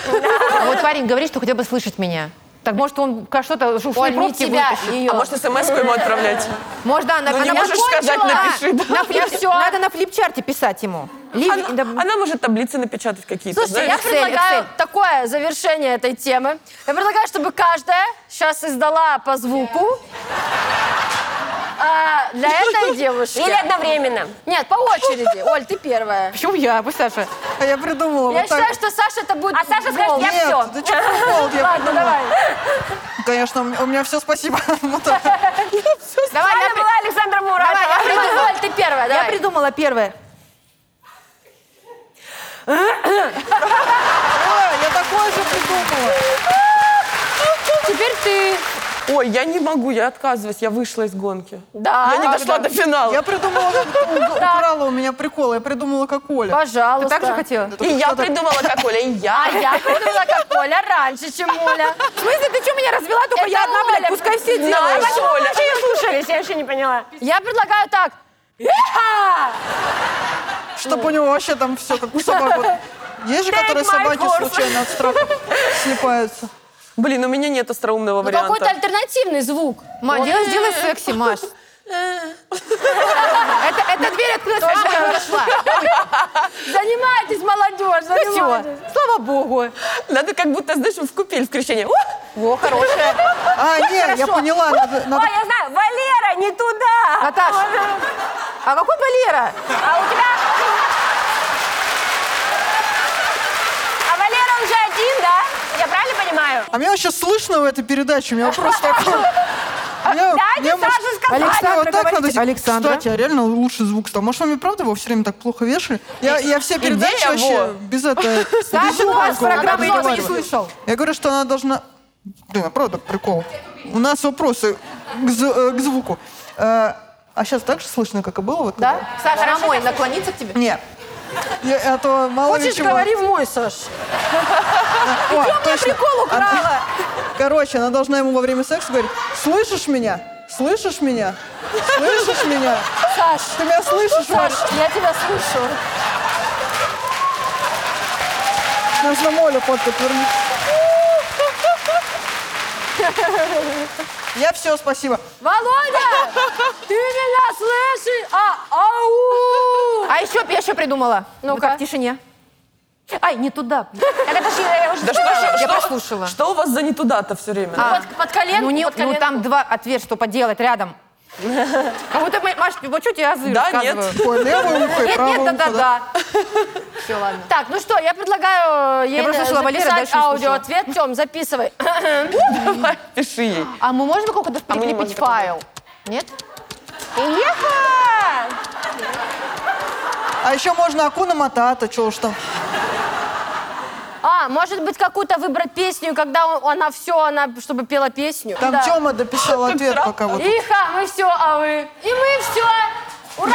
А вот парень говорит, что хотя бы слышит меня. Так может он ка- что-то шум Оль, не пробки тебя, выпишет. ее. А может, смс ему отправлять? Может, да, она, Ну, не она можешь может- сказать, кончила. напиши, да. На флип- Я всё. Надо на флипчарте писать ему. Ли- Она, да, она может таблицы напечатать какие-то, Слушайте, я знаешь? Excel, предлагаю Excel. такое завершение этой темы. Я предлагаю, чтобы каждая сейчас издала по звуку а, для этой девушки. Или одновременно. Нет, по очереди. Оль, ты первая. Почему я? Пусть Саша. А я придумала. Я вот так. считаю, что Саша это будет А Саша скажет, гол. я Нет, всё. ты чё, прикол, я Ладно, придумала. давай. Конечно, у меня, у меня все, спасибо. Ну, Вот так. Давай, С я, вами при- была Александра Муратова. Давай, я Давай, Оль, ты первая, я давай. придумала первое. Ой, я такое же придумала. а Теперь ты. Ой, я не могу, я отказываюсь, я вышла из гонки. Да. я не дошла до финала. Я придумала, как у- украла у меня прикол, я придумала как Оля. Пожалуйста. Ты так же хотела? И я придумала, как Оля, и А я. я придумала, как Оля раньше, чем Оля. В смысле, ты что меня развела? Только Это я одна, Оля. блядь, пускай все делают. Знаешь, Оля. Вообще не слушались, я еще не поняла. Я предлагаю так. Чтобы у него вообще там все как у собак. вот. Есть же, которые my собаки horse. случайно от страха слипаются. Блин, у меня нет остроумного Ну, варианта. какой-то альтернативный звук. Ма, делай, сделай секси, Маш. Это, эта дверь открылась, когда я вошла. Занимайтесь, молодежь, Ну всё, занимайтесь. слава богу. Надо как будто, знаешь, в купель, в крещение. «О!» Во, хорошая. А, нет, я поняла. надо- надо- Ой, я знаю, Валера, не туда! Наташа, а какой Валера? А у тебя... А Валера уже один, да? Я правильно понимаю? А меня вообще слышно в этой передаче? У меня вопрос такой. Мне- Дайте мне, может, Саше сказать. Александра, вот так говорите. надо сделать. Александра. Кстати, а реально лучший звук стал. Может, вам и правда его все время так плохо вешали? Я, я все передачи Идея, вообще во. без этого... без Саша, у звука вас такого программа разговариваю. «Никто не слышал». Я говорю, что она должна... Блин, а правда прикол. У нас вопросы к, зв- э, к звуку. Э, А сейчас так же слышно, как и было? Вот А? Да? Саша, на мой, наклониться к тебе. Нет. Я, а то мало ли Хочешь, чего. говори в мой, Саш. О, точно. Она- Короче, она должна ему во время секса говорить, слышишь меня? Слышишь меня? Слышишь меня? Саш, Ты меня слышишь? Саш, Маш? я тебя слышу. Нужно Молю фотку отвернуть. Я все, спасибо. Володя, ты меня слышишь? А, ау! А еще, я еще придумала. Ну-ка. Вот так, в тишине. Ай, не туда. блин. Это же я уже Да что, ж- Я что- прослушала. Что у вас за не туда-то все время? Под, под коленку, Ну, не, под ну коленку. там два ответ, что поделать рядом. Как будто, мы- Маш, вот что тебе азы Да, рассказываю? нет. Ой, ну левое ухо и Нет, правое нет, ухо, да? да-да-да. Все, ладно. Так, ну что, я предлагаю э, ей просто э, слышала Валера, записать дальше не слышала. аудиоответ. Тем, записывай. Давай, пиши ей. А мы можем какой-то мы не прикрепить можем такого файл? Нет? Ехала! А еще можно Акуна Матата, чего уж там. А, может быть, какую-то выбрать песню, когда он- она все, она, чтобы пела песню? Там Да. Тёма дописал ответ пока вот. Иха, мы все, а вы? И мы все. Ура!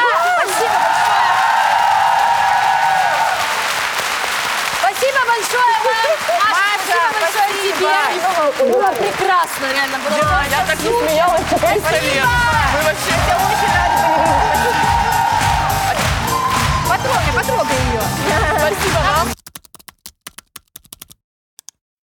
Спасибо большое. Спасибо большое вам. Маша, спасибо большое тебе. Было прекрасно, реально было. Я так не смеялась, как Спасибо! Вы вообще... Очень рада были видеть. Спасибо.